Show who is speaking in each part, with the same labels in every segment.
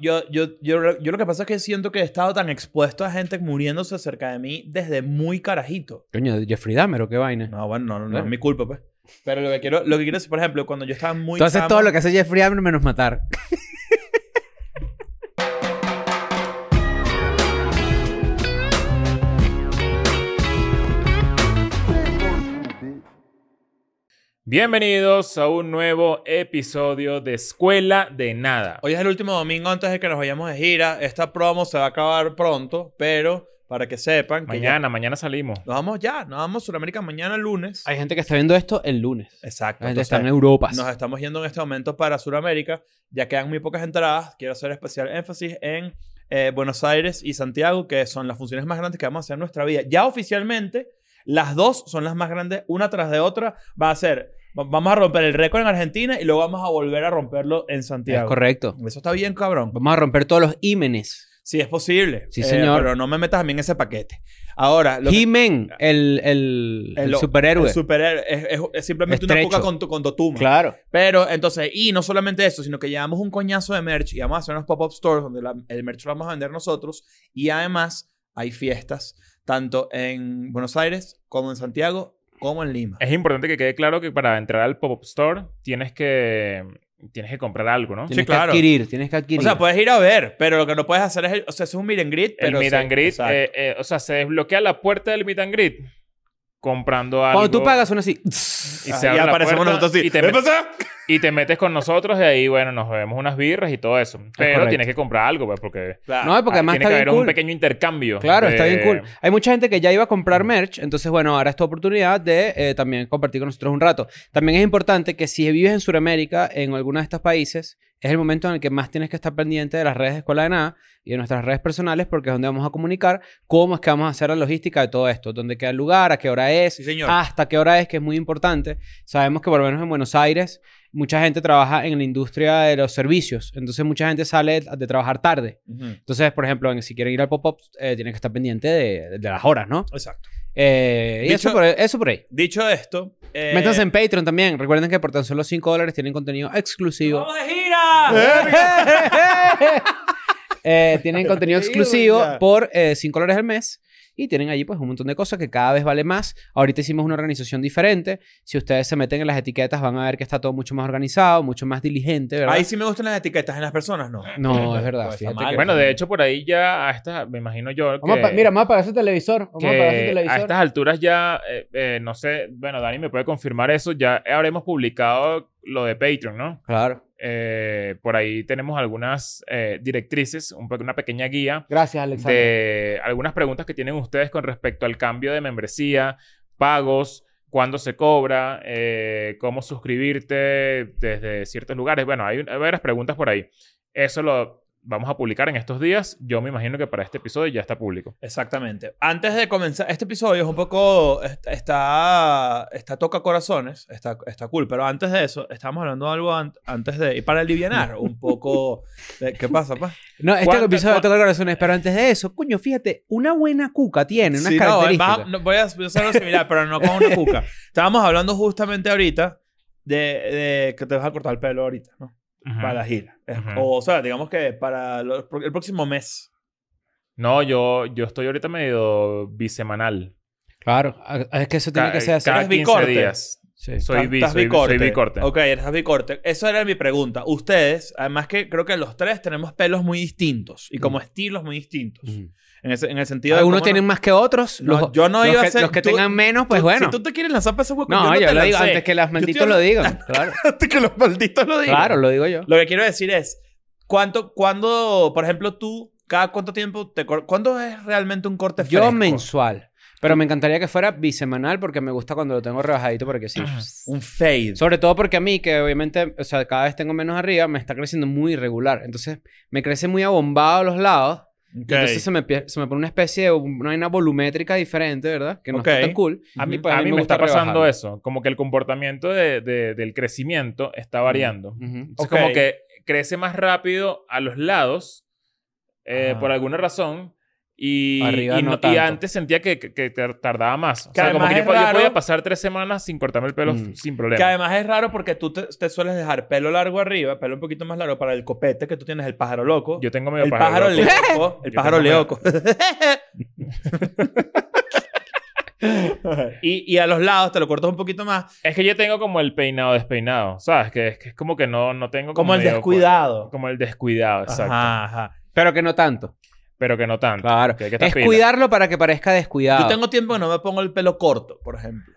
Speaker 1: Yo, yo, yo, yo lo que pasa es que siento que he estado tan expuesto a gente muriéndose cerca de mí desde muy carajito.
Speaker 2: Coño, Jeffrey Dahmer o qué vaina.
Speaker 1: No, bueno, no, no, no
Speaker 2: Claro.
Speaker 1: es mi culpa, pues. Pero lo que quiero, lo que quiero decir, por ejemplo, cuando yo estaba muy
Speaker 2: Entonces
Speaker 1: chamo-
Speaker 2: todo lo que hace Jeffrey Dahmer menos matar.
Speaker 3: Bienvenidos a un nuevo episodio de Escuela de Nada.
Speaker 1: Hoy es el último domingo antes de que nos vayamos de gira. Esta promo se va a acabar pronto, pero para que sepan que
Speaker 3: Mañana, mañana salimos.
Speaker 1: ya- nos vamos ya, nos vamos a Sudamérica mañana lunes.
Speaker 2: Hay gente que está viendo esto el lunes.
Speaker 1: Exacto.
Speaker 2: La gente está en
Speaker 1: entonces,
Speaker 2: Europa.
Speaker 1: nos estamos yendo en este momento para Sudamérica. Ya quedan muy pocas entradas. Quiero hacer especial énfasis en eh, Buenos Aires y Santiago, que son las funciones más grandes que vamos a hacer en nuestra vida. Ya oficialmente, las dos son las más grandes, una tras de otra. Va a ser, va- vamos a romper el récord en Argentina y luego vamos a volver a romperlo en
Speaker 2: Es
Speaker 1: Santiago.
Speaker 2: correcto.
Speaker 1: Eso está bien, cabrón.
Speaker 2: Vamos a romper todos los ímenes.
Speaker 1: Sí, es posible.
Speaker 2: Sí,
Speaker 1: Eh,
Speaker 2: señor.
Speaker 1: pero no me metas a mí en ese paquete. Ahora, lo que-
Speaker 2: He-Man, el, el, el
Speaker 1: lo-
Speaker 2: superhéroe.
Speaker 1: el superhéroe es, es- es simplemente
Speaker 2: Estrecho.
Speaker 1: una cuca con, tu- con Dotuma.
Speaker 2: Claro.
Speaker 1: Pero entonces, y no solamente eso, sino que llevamos un coñazo de merch y vamos a hacer unos pop-up stores donde la- el merch lo vamos a vender nosotros. Y además hay fiestas, tanto en Buenos Aires como en Santiago como en Lima.
Speaker 3: Es importante que quede claro que para entrar al pop-up store tienes que, tienes que comprar algo, ¿no?
Speaker 2: Tienes que
Speaker 1: claro.
Speaker 2: adquirir, tienes que adquirir.
Speaker 1: O sea, puedes ir a ver, pero lo que no puedes hacer es, el- o sea, es un meet and greet.
Speaker 3: El
Speaker 1: pero
Speaker 3: meet
Speaker 1: sí,
Speaker 3: and greet,
Speaker 1: exacto.
Speaker 3: eh, eh, o sea, se desbloquea la puerta del meet and greet comprando algo.
Speaker 2: Cuando tú pagas, son así.
Speaker 3: y
Speaker 1: Ah, y
Speaker 3: se abre la
Speaker 1: aparecemos
Speaker 3: puerta
Speaker 1: nosotros así,
Speaker 3: Y te,
Speaker 1: "¿Qué
Speaker 3: met- y te metes con nosotros y ahí, bueno, nos bebemos unas birras y todo eso. Pero
Speaker 2: correcto.
Speaker 3: tienes que comprar algo, pues, porque...
Speaker 1: Claro.
Speaker 2: No, porque
Speaker 3: ah,
Speaker 2: además
Speaker 3: tiene
Speaker 2: está
Speaker 3: que
Speaker 2: bien
Speaker 3: haber un
Speaker 2: cool.
Speaker 3: pequeño intercambio.
Speaker 2: Claro, está bien
Speaker 3: de-
Speaker 2: cool. Hay mucha gente que ya iba a comprar merch, entonces bueno, ahora es tu oportunidad de eh, también compartir con nosotros un rato. También es importante que si vives en Sudamérica, en alguno de estos países, es el momento en el que más tienes que estar pendiente de las redes de Escuela de Nada y de nuestras redes personales porque es donde vamos a comunicar cómo es que vamos a hacer la logística de todo esto, dónde queda el lugar, a qué hora es,
Speaker 1: Sí, señor.
Speaker 2: hasta qué hora es, que es muy importante. Sabemos que por lo menos en Buenos Aires mucha gente trabaja en la industria de los servicios, entonces mucha gente sale de trabajar tarde.
Speaker 1: Ujú.
Speaker 2: Entonces, por ejemplo, en- si quieren ir al pop-up, eh, tienen que estar pendiente de, de las horas, ¿no?
Speaker 1: Exacto.
Speaker 2: Eh, y
Speaker 1: Dicho-
Speaker 2: eso por, eso por ahí.
Speaker 1: Dicho esto, eh,
Speaker 2: Métanse en Patreon también. Recuerden que por tan solo 5 dólares tienen contenido exclusivo.
Speaker 1: ¡Vamos de gira!
Speaker 2: Eh, tienen contenido
Speaker 1: Sí,
Speaker 2: exclusivo
Speaker 1: güey, ya.
Speaker 2: por eh, 5 dólares al mes. Y tienen allí pues un montón de cosas que cada vez vale más. Ahorita hicimos una organización diferente. Si ustedes se meten en las etiquetas van a ver que está todo mucho más organizado, mucho más diligente, ¿verdad?
Speaker 1: Ahí sí me gustan las etiquetas en las personas, ¿no.
Speaker 3: Pues,
Speaker 2: No, es verdad.
Speaker 1: No, está
Speaker 2: fíjate
Speaker 1: mal.
Speaker 2: que-
Speaker 3: Ah, Bueno, de hecho, por ahí ya a esta, me imagino yo que...
Speaker 2: Vamos a pa- mira, vamos a apagar ese televisor. Vamos a apagar ese
Speaker 3: que a
Speaker 2: televisor.
Speaker 3: estas alturas ya, eh, eh, no sé, bueno, Dani me puede confirmar eso, ya habremos publicado lo de Patreon, ¿no?
Speaker 2: Claro.
Speaker 3: Eh, por ahí tenemos algunas eh, directrices, un pe- una pequeña guía
Speaker 2: Gracias, Alexander.
Speaker 3: de algunas preguntas que tienen ustedes con respecto al cambio de membresía, pagos, cuándo se cobra, eh, cómo suscribirte desde ciertos lugares. Bueno, hay, un- hay varias preguntas por ahí. Eso lo vamos a publicar en estos días. Yo me imagino que para este episodio ya está público.
Speaker 1: Exactamente. Antes de comenzar, este episodio es un poco. est- Está. Está toca corazones. Está, está cool. Pero antes de eso, estamos hablando de algo an- antes de. Y para aliviar un poco. de- ¿Qué pasa, pues? pa?
Speaker 2: No, este
Speaker 3: ¿Cuánta-
Speaker 2: episodio
Speaker 3: cua-
Speaker 2: toca corazones, pero antes de eso, coño, fíjate, una buena cuca tiene, unas
Speaker 1: Sí, no,
Speaker 2: características.
Speaker 1: va- no, voy a voy a hacer algo similar, pero no con una cuca. Estábamos hablando justamente ahorita de, de que te vas a cortar el pelo ahorita, ¿no? Para la gira. Es-
Speaker 3: Ujú.
Speaker 1: O, sea, digamos que para los- el próximo mes.
Speaker 3: No, yo, yo estoy ahorita medio bisemanal.
Speaker 2: Claro, a- es que eso tiene
Speaker 3: Ca-
Speaker 2: que ser así.
Speaker 3: Cada
Speaker 1: Eres
Speaker 3: 15
Speaker 1: bicorte.
Speaker 3: días.
Speaker 2: Sí.
Speaker 3: Soy,
Speaker 1: Estás-
Speaker 3: bi,
Speaker 1: estás
Speaker 3: soy, soy bicorte.
Speaker 1: Ok, estás bicorte. Eso era mi pregunta. Ustedes, además que creo que los tres tenemos pelos muy distintos y como
Speaker 2: Mm.
Speaker 1: estilos muy distintos.
Speaker 3: Mm.
Speaker 2: Ujú.
Speaker 1: En, ese- en el sentido de.
Speaker 2: Algunos
Speaker 1: cómo
Speaker 2: tienen
Speaker 1: no-
Speaker 2: más que otros.
Speaker 1: No,
Speaker 2: los,
Speaker 1: yo no
Speaker 2: los
Speaker 1: iba a
Speaker 2: que,
Speaker 1: ser-
Speaker 2: Los que
Speaker 1: tú-
Speaker 2: tengan menos, pues
Speaker 1: tú-
Speaker 2: bueno.
Speaker 1: Si tú te quieres lanzar para ese hueco,
Speaker 2: no,
Speaker 1: yo
Speaker 2: yo
Speaker 1: te
Speaker 2: lo digo
Speaker 1: lancé.
Speaker 2: antes que las
Speaker 1: Yo
Speaker 2: malditos
Speaker 1: estoy
Speaker 2: lo
Speaker 1: hablando-
Speaker 2: digan. Claro,
Speaker 1: Antes que los malditos lo digan.
Speaker 2: claro, lo digo yo.
Speaker 1: Lo que quiero decir es: ¿cuánto, cuándo, por ejemplo, tú, cada cuánto tiempo te cor- ¿Cuándo es realmente un corte fresco?
Speaker 2: Yo mensual. Pero me encantaría que fuera bisemanal porque me gusta cuando lo tengo rebajadito porque sí.
Speaker 1: Un fade.
Speaker 2: Sobre todo porque a mí, que obviamente, o sea, cada vez tengo menos arriba, me está creciendo muy irregular. Entonces, me crece muy abombado a los lados.
Speaker 1: Ok.
Speaker 2: Entonces se me, pie- se me pone una especie de una vaina volumétrica diferente, ¿verdad? Que no
Speaker 1: Ok.
Speaker 2: está tan cool.
Speaker 3: A mí,
Speaker 2: Y, pues,
Speaker 3: a mí me,
Speaker 2: gusta
Speaker 3: está pasando
Speaker 2: rebajarlo.
Speaker 3: eso. Como que el comportamiento de- de- del crecimiento está variando.
Speaker 2: Ujú.
Speaker 3: Es
Speaker 1: Ok.
Speaker 3: como que crece más rápido a los lados eh,
Speaker 1: Ajá.
Speaker 3: por alguna razón Y,
Speaker 2: Arriba
Speaker 3: y
Speaker 2: no
Speaker 3: no- y
Speaker 2: tanto.
Speaker 3: antes sentía que, que- que tar- tardaba más. O
Speaker 1: Que
Speaker 3: sea, como
Speaker 1: además
Speaker 3: que yo,
Speaker 1: es
Speaker 3: po- yo
Speaker 1: raro-
Speaker 3: podía pasar tres semanas sin cortarme el pelo
Speaker 2: Mm.
Speaker 3: sin problema.
Speaker 1: Que además es raro porque tú te, te sueles dejar pelo largo arriba, pelo un poquito más largo para el copete que tú tienes, el pájaro loco.
Speaker 3: Yo tengo medio
Speaker 1: el pájaro,
Speaker 3: loco.
Speaker 1: leoco. El
Speaker 3: Yo
Speaker 1: pájaro
Speaker 3: tengo
Speaker 1: leoco. y, y a los lados te lo cortas un poquito más.
Speaker 3: Es que yo tengo como el peinado despeinado, ¿sabes? Que es, que es como que no, no tengo
Speaker 1: Como el
Speaker 3: medio-
Speaker 1: descuidado.
Speaker 3: Como el descuidado, exacto.
Speaker 1: Ajá, ajá.
Speaker 2: Pero que no tanto.
Speaker 3: Pero que no tanto.
Speaker 2: Claro.
Speaker 3: Que hay que estar
Speaker 2: Es
Speaker 3: fino.
Speaker 2: cuidarlo para que parezca descuidado.
Speaker 1: Yo tengo tiempo que no me pongo el pelo corto, por ejemplo.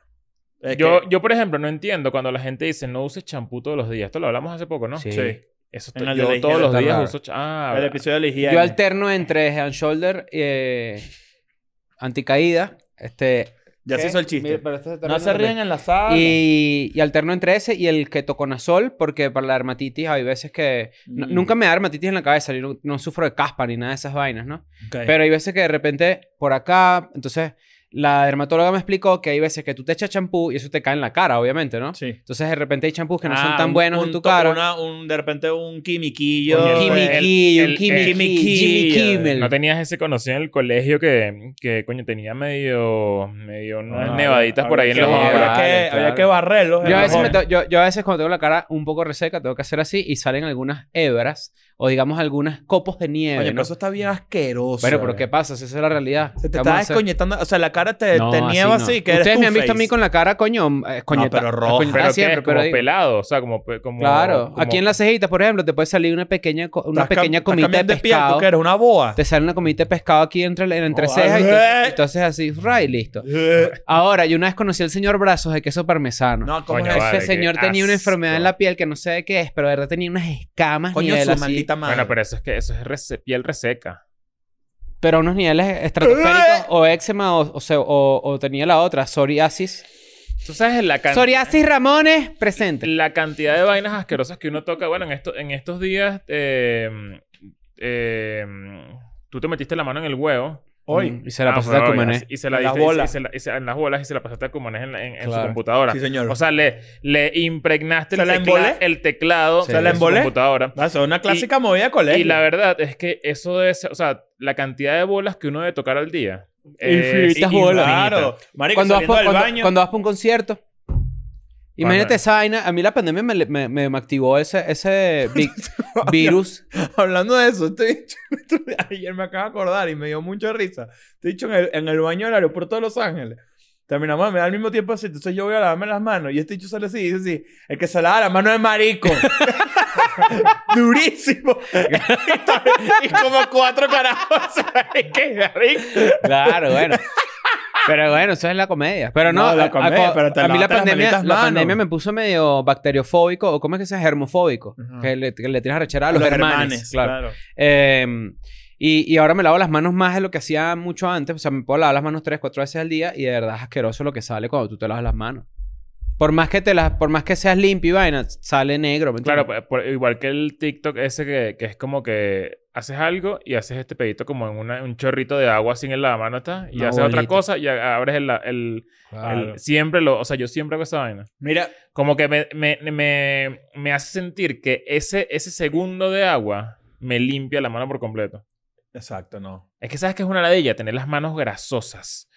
Speaker 1: Es
Speaker 3: Yo,
Speaker 1: que-
Speaker 3: yo, por ejemplo, no entiendo cuando la gente dice no uses champú todos los días. Esto lo hablamos hace poco, ¿no?
Speaker 2: Sí.
Speaker 1: sí.
Speaker 3: Eso
Speaker 1: En
Speaker 3: to-
Speaker 1: el de la
Speaker 3: yo todos
Speaker 1: higiene
Speaker 3: los
Speaker 2: está
Speaker 3: días
Speaker 2: raro.
Speaker 3: uso cha- Ah,
Speaker 1: El
Speaker 3: ¿verdad?
Speaker 1: episodio de la higiene.
Speaker 2: Yo alterno entre Head and Shoulder eh, anticaída. Este,
Speaker 1: Ya se hizo el
Speaker 2: Mira,
Speaker 1: chiste.
Speaker 2: pero este está
Speaker 1: No se ríen
Speaker 2: riendo
Speaker 1: en la sala.
Speaker 2: también. Y, y alterno entre ese y el ketoconazol, porque para la dermatitis hay veces que... no-
Speaker 1: Mm.
Speaker 2: Nunca me da dermatitis en la cabeza, yo no, no sufro de caspa ni nada de esas vainas, ¿no?
Speaker 1: Ok.
Speaker 2: Pero hay veces que de repente por acá, entonces la dermatóloga me explicó que hay veces que tú te echas champú y eso te cae en la cara, obviamente, ¿no?
Speaker 1: Sí.
Speaker 2: Entonces de repente hay champús que no
Speaker 1: Ah,
Speaker 2: son tan
Speaker 1: un-
Speaker 2: buenos
Speaker 1: un
Speaker 2: en tu
Speaker 1: to-
Speaker 2: cara.
Speaker 1: una- un- de repente un quimiquillo.
Speaker 3: Un
Speaker 2: Kimmy
Speaker 3: quimiquillo.
Speaker 1: eh,
Speaker 2: Key,
Speaker 3: el-
Speaker 2: un
Speaker 3: el-
Speaker 2: Kimmy
Speaker 1: Kimmy
Speaker 2: Key,
Speaker 1: Key,
Speaker 2: Jimmy
Speaker 1: eh,
Speaker 2: Kimmel.
Speaker 3: ¿No tenías ese conocido en el colegio que, que coño, tenía medio, medio unas
Speaker 1: Ah,
Speaker 3: nevaditas por ahí en
Speaker 1: había
Speaker 3: los
Speaker 1: que-
Speaker 2: hombros.
Speaker 1: Había que,
Speaker 2: Claro, claro.
Speaker 1: había que barrerlos. en
Speaker 2: Yo
Speaker 1: los
Speaker 2: a, veces me
Speaker 1: hombros.
Speaker 2: to- yo, yo a veces cuando tengo la cara un poco reseca tengo que hacer así y salen algunas hebras o digamos algunas copos de nieve.
Speaker 1: Oye,
Speaker 2: ¿no?
Speaker 1: pero eso está bien asqueroso. eh.
Speaker 2: Bueno, pero ¿qué pasa? Si esa es la realidad.
Speaker 1: Se te
Speaker 2: ¿Qué vamos
Speaker 1: está
Speaker 2: a hacer?
Speaker 1: descoñetando. O sea, la cara te,
Speaker 2: No,
Speaker 1: te nieva así.
Speaker 2: no.
Speaker 1: que eres
Speaker 2: Ustedes me han
Speaker 1: two-face.
Speaker 2: visto a mí con la cara, coño, eh, coñeta-
Speaker 1: pero roja.
Speaker 2: coñetada
Speaker 3: Pero que
Speaker 2: siempre,
Speaker 3: es como
Speaker 2: pero digo-
Speaker 3: pelado, o sea, como... pe- como
Speaker 2: Claro.
Speaker 3: como-
Speaker 2: Aquí en las cejitas, por ejemplo, te puede salir una pequeña, co- una
Speaker 1: Estás cam-
Speaker 2: pequeña
Speaker 1: estás
Speaker 2: comita de
Speaker 1: cambiando piel,
Speaker 2: pescado.
Speaker 1: tú que eres una boa.
Speaker 2: te sale una comita de pescado aquí entre, la- entre
Speaker 1: Oh,
Speaker 2: cejas y
Speaker 1: ah,
Speaker 2: te-
Speaker 1: eh.
Speaker 2: y tú haces así, ra, y listo.
Speaker 1: Eh,
Speaker 2: Ahora, yo una vez conocí al señor Brazos de queso parmesano.
Speaker 1: No, coño,
Speaker 3: Coño,
Speaker 1: es
Speaker 2: Ese
Speaker 3: vale, qué
Speaker 2: señor tenía una
Speaker 3: asco.
Speaker 2: enfermedad en la piel que no sé de qué es, pero de verdad tenía unas escamas
Speaker 1: Coño,
Speaker 2: nivel
Speaker 1: su
Speaker 2: así,
Speaker 1: maldita madre.
Speaker 3: Bueno, pero eso es que eso es rese- piel reseca.
Speaker 2: pero unos niveles estratosféricos o eczema o, o, se- o- o tenía la otra, psoriasis.
Speaker 3: Tú sabes la cantidad...
Speaker 2: Psoriasis Ramones presente.
Speaker 3: La cantidad de vainas asquerosas que uno toca. Bueno, en, esto, en estos días... eh, eh, tú te metiste la mano en el huevo.
Speaker 1: Hoy.
Speaker 2: Mm, Y se la
Speaker 3: Ah,
Speaker 2: pasó
Speaker 3: fue
Speaker 2: a
Speaker 3: hoy.
Speaker 2: Cumané.
Speaker 3: Y se la
Speaker 1: En las
Speaker 3: diste- y se-
Speaker 1: bolas.
Speaker 3: y se la- y se- en las bolas y se la pasaste a Cumané en, la- en- en su
Speaker 2: Claro.
Speaker 3: computadora.
Speaker 1: Sí, señor.
Speaker 3: O sea, le, le impregnaste
Speaker 1: ¿Se
Speaker 3: el,
Speaker 1: la
Speaker 3: tecla-
Speaker 1: embolé?
Speaker 3: el teclado
Speaker 2: ¿Se la
Speaker 3: de su
Speaker 1: embolé?
Speaker 3: computadora.
Speaker 1: Ah, eso es una clásica movida de colegio.
Speaker 3: Y la verdad es que eso de... O sea, la cantidad de bolas que uno debe tocar al día.
Speaker 2: Infinitas bolas.
Speaker 1: Claro. Marico,
Speaker 2: cuando vas,
Speaker 1: saliendo
Speaker 2: pa-
Speaker 1: del
Speaker 2: cuando-
Speaker 1: baño.
Speaker 2: cuando vas pa un concierto. Imagínate
Speaker 3: Bueno.
Speaker 2: esa vaina. A mí la pandemia me, me- me- me activó ese, ese vi- virus.
Speaker 1: Hablando de eso, este bicho el otro día- ayer me acabo de acordar y me dio mucha risa. Te he dicho en el, en el baño del aeropuerto de Los Ángeles. Terminamos de mear al mismo tiempo así, entonces yo voy a lavarme las manos y este dicho sale así y dice así, el que se lava las manos es marico. Durísimo. y como cuatro carajos. ¿sabes qué? Marico.
Speaker 2: Claro, bueno. Pero bueno, eso es la comedia. Pero no,
Speaker 1: No, la
Speaker 2: a- a-
Speaker 1: comedia,
Speaker 2: a,
Speaker 1: pero te
Speaker 2: a mí la
Speaker 1: lavaste las
Speaker 2: pandemia,
Speaker 1: malditas
Speaker 2: la
Speaker 1: manos.
Speaker 2: pandemia me puso medio bacteriofóbico, o cómo es que se llama, germofóbico,
Speaker 1: Ajá.
Speaker 2: que, le, que le tienes rechera a los, hermanes. claro.
Speaker 1: claro.
Speaker 2: Eh, y, y ahora me lavo las manos más de lo que hacía mucho antes. O sea, me puedo lavar las manos tres, cuatro veces al día y de verdad es asqueroso lo que sale cuando tú te lavas las manos. Por más que te las, por más que seas limpio y vaina, sale negro. ¿me
Speaker 3: Claro, pues,
Speaker 2: entiendes?
Speaker 3: por- por- igual que el TikTok ese que, que es como que haces algo y haces este pedito como en una- un chorrito de agua sin el lavamano, ¿está? Y
Speaker 2: Una
Speaker 3: haces otra
Speaker 2: bolita.
Speaker 3: cosa y a- abres el, el- el- Siempre lo... O sea, yo siempre hago esa vaina.
Speaker 1: Mira,
Speaker 3: Como que me, me, me, me hace sentir que ese, ese segundo de agua me limpia la mano por completo.
Speaker 1: exacto, no.
Speaker 3: Es que sabes que es una ladilla tener las manos grasosas.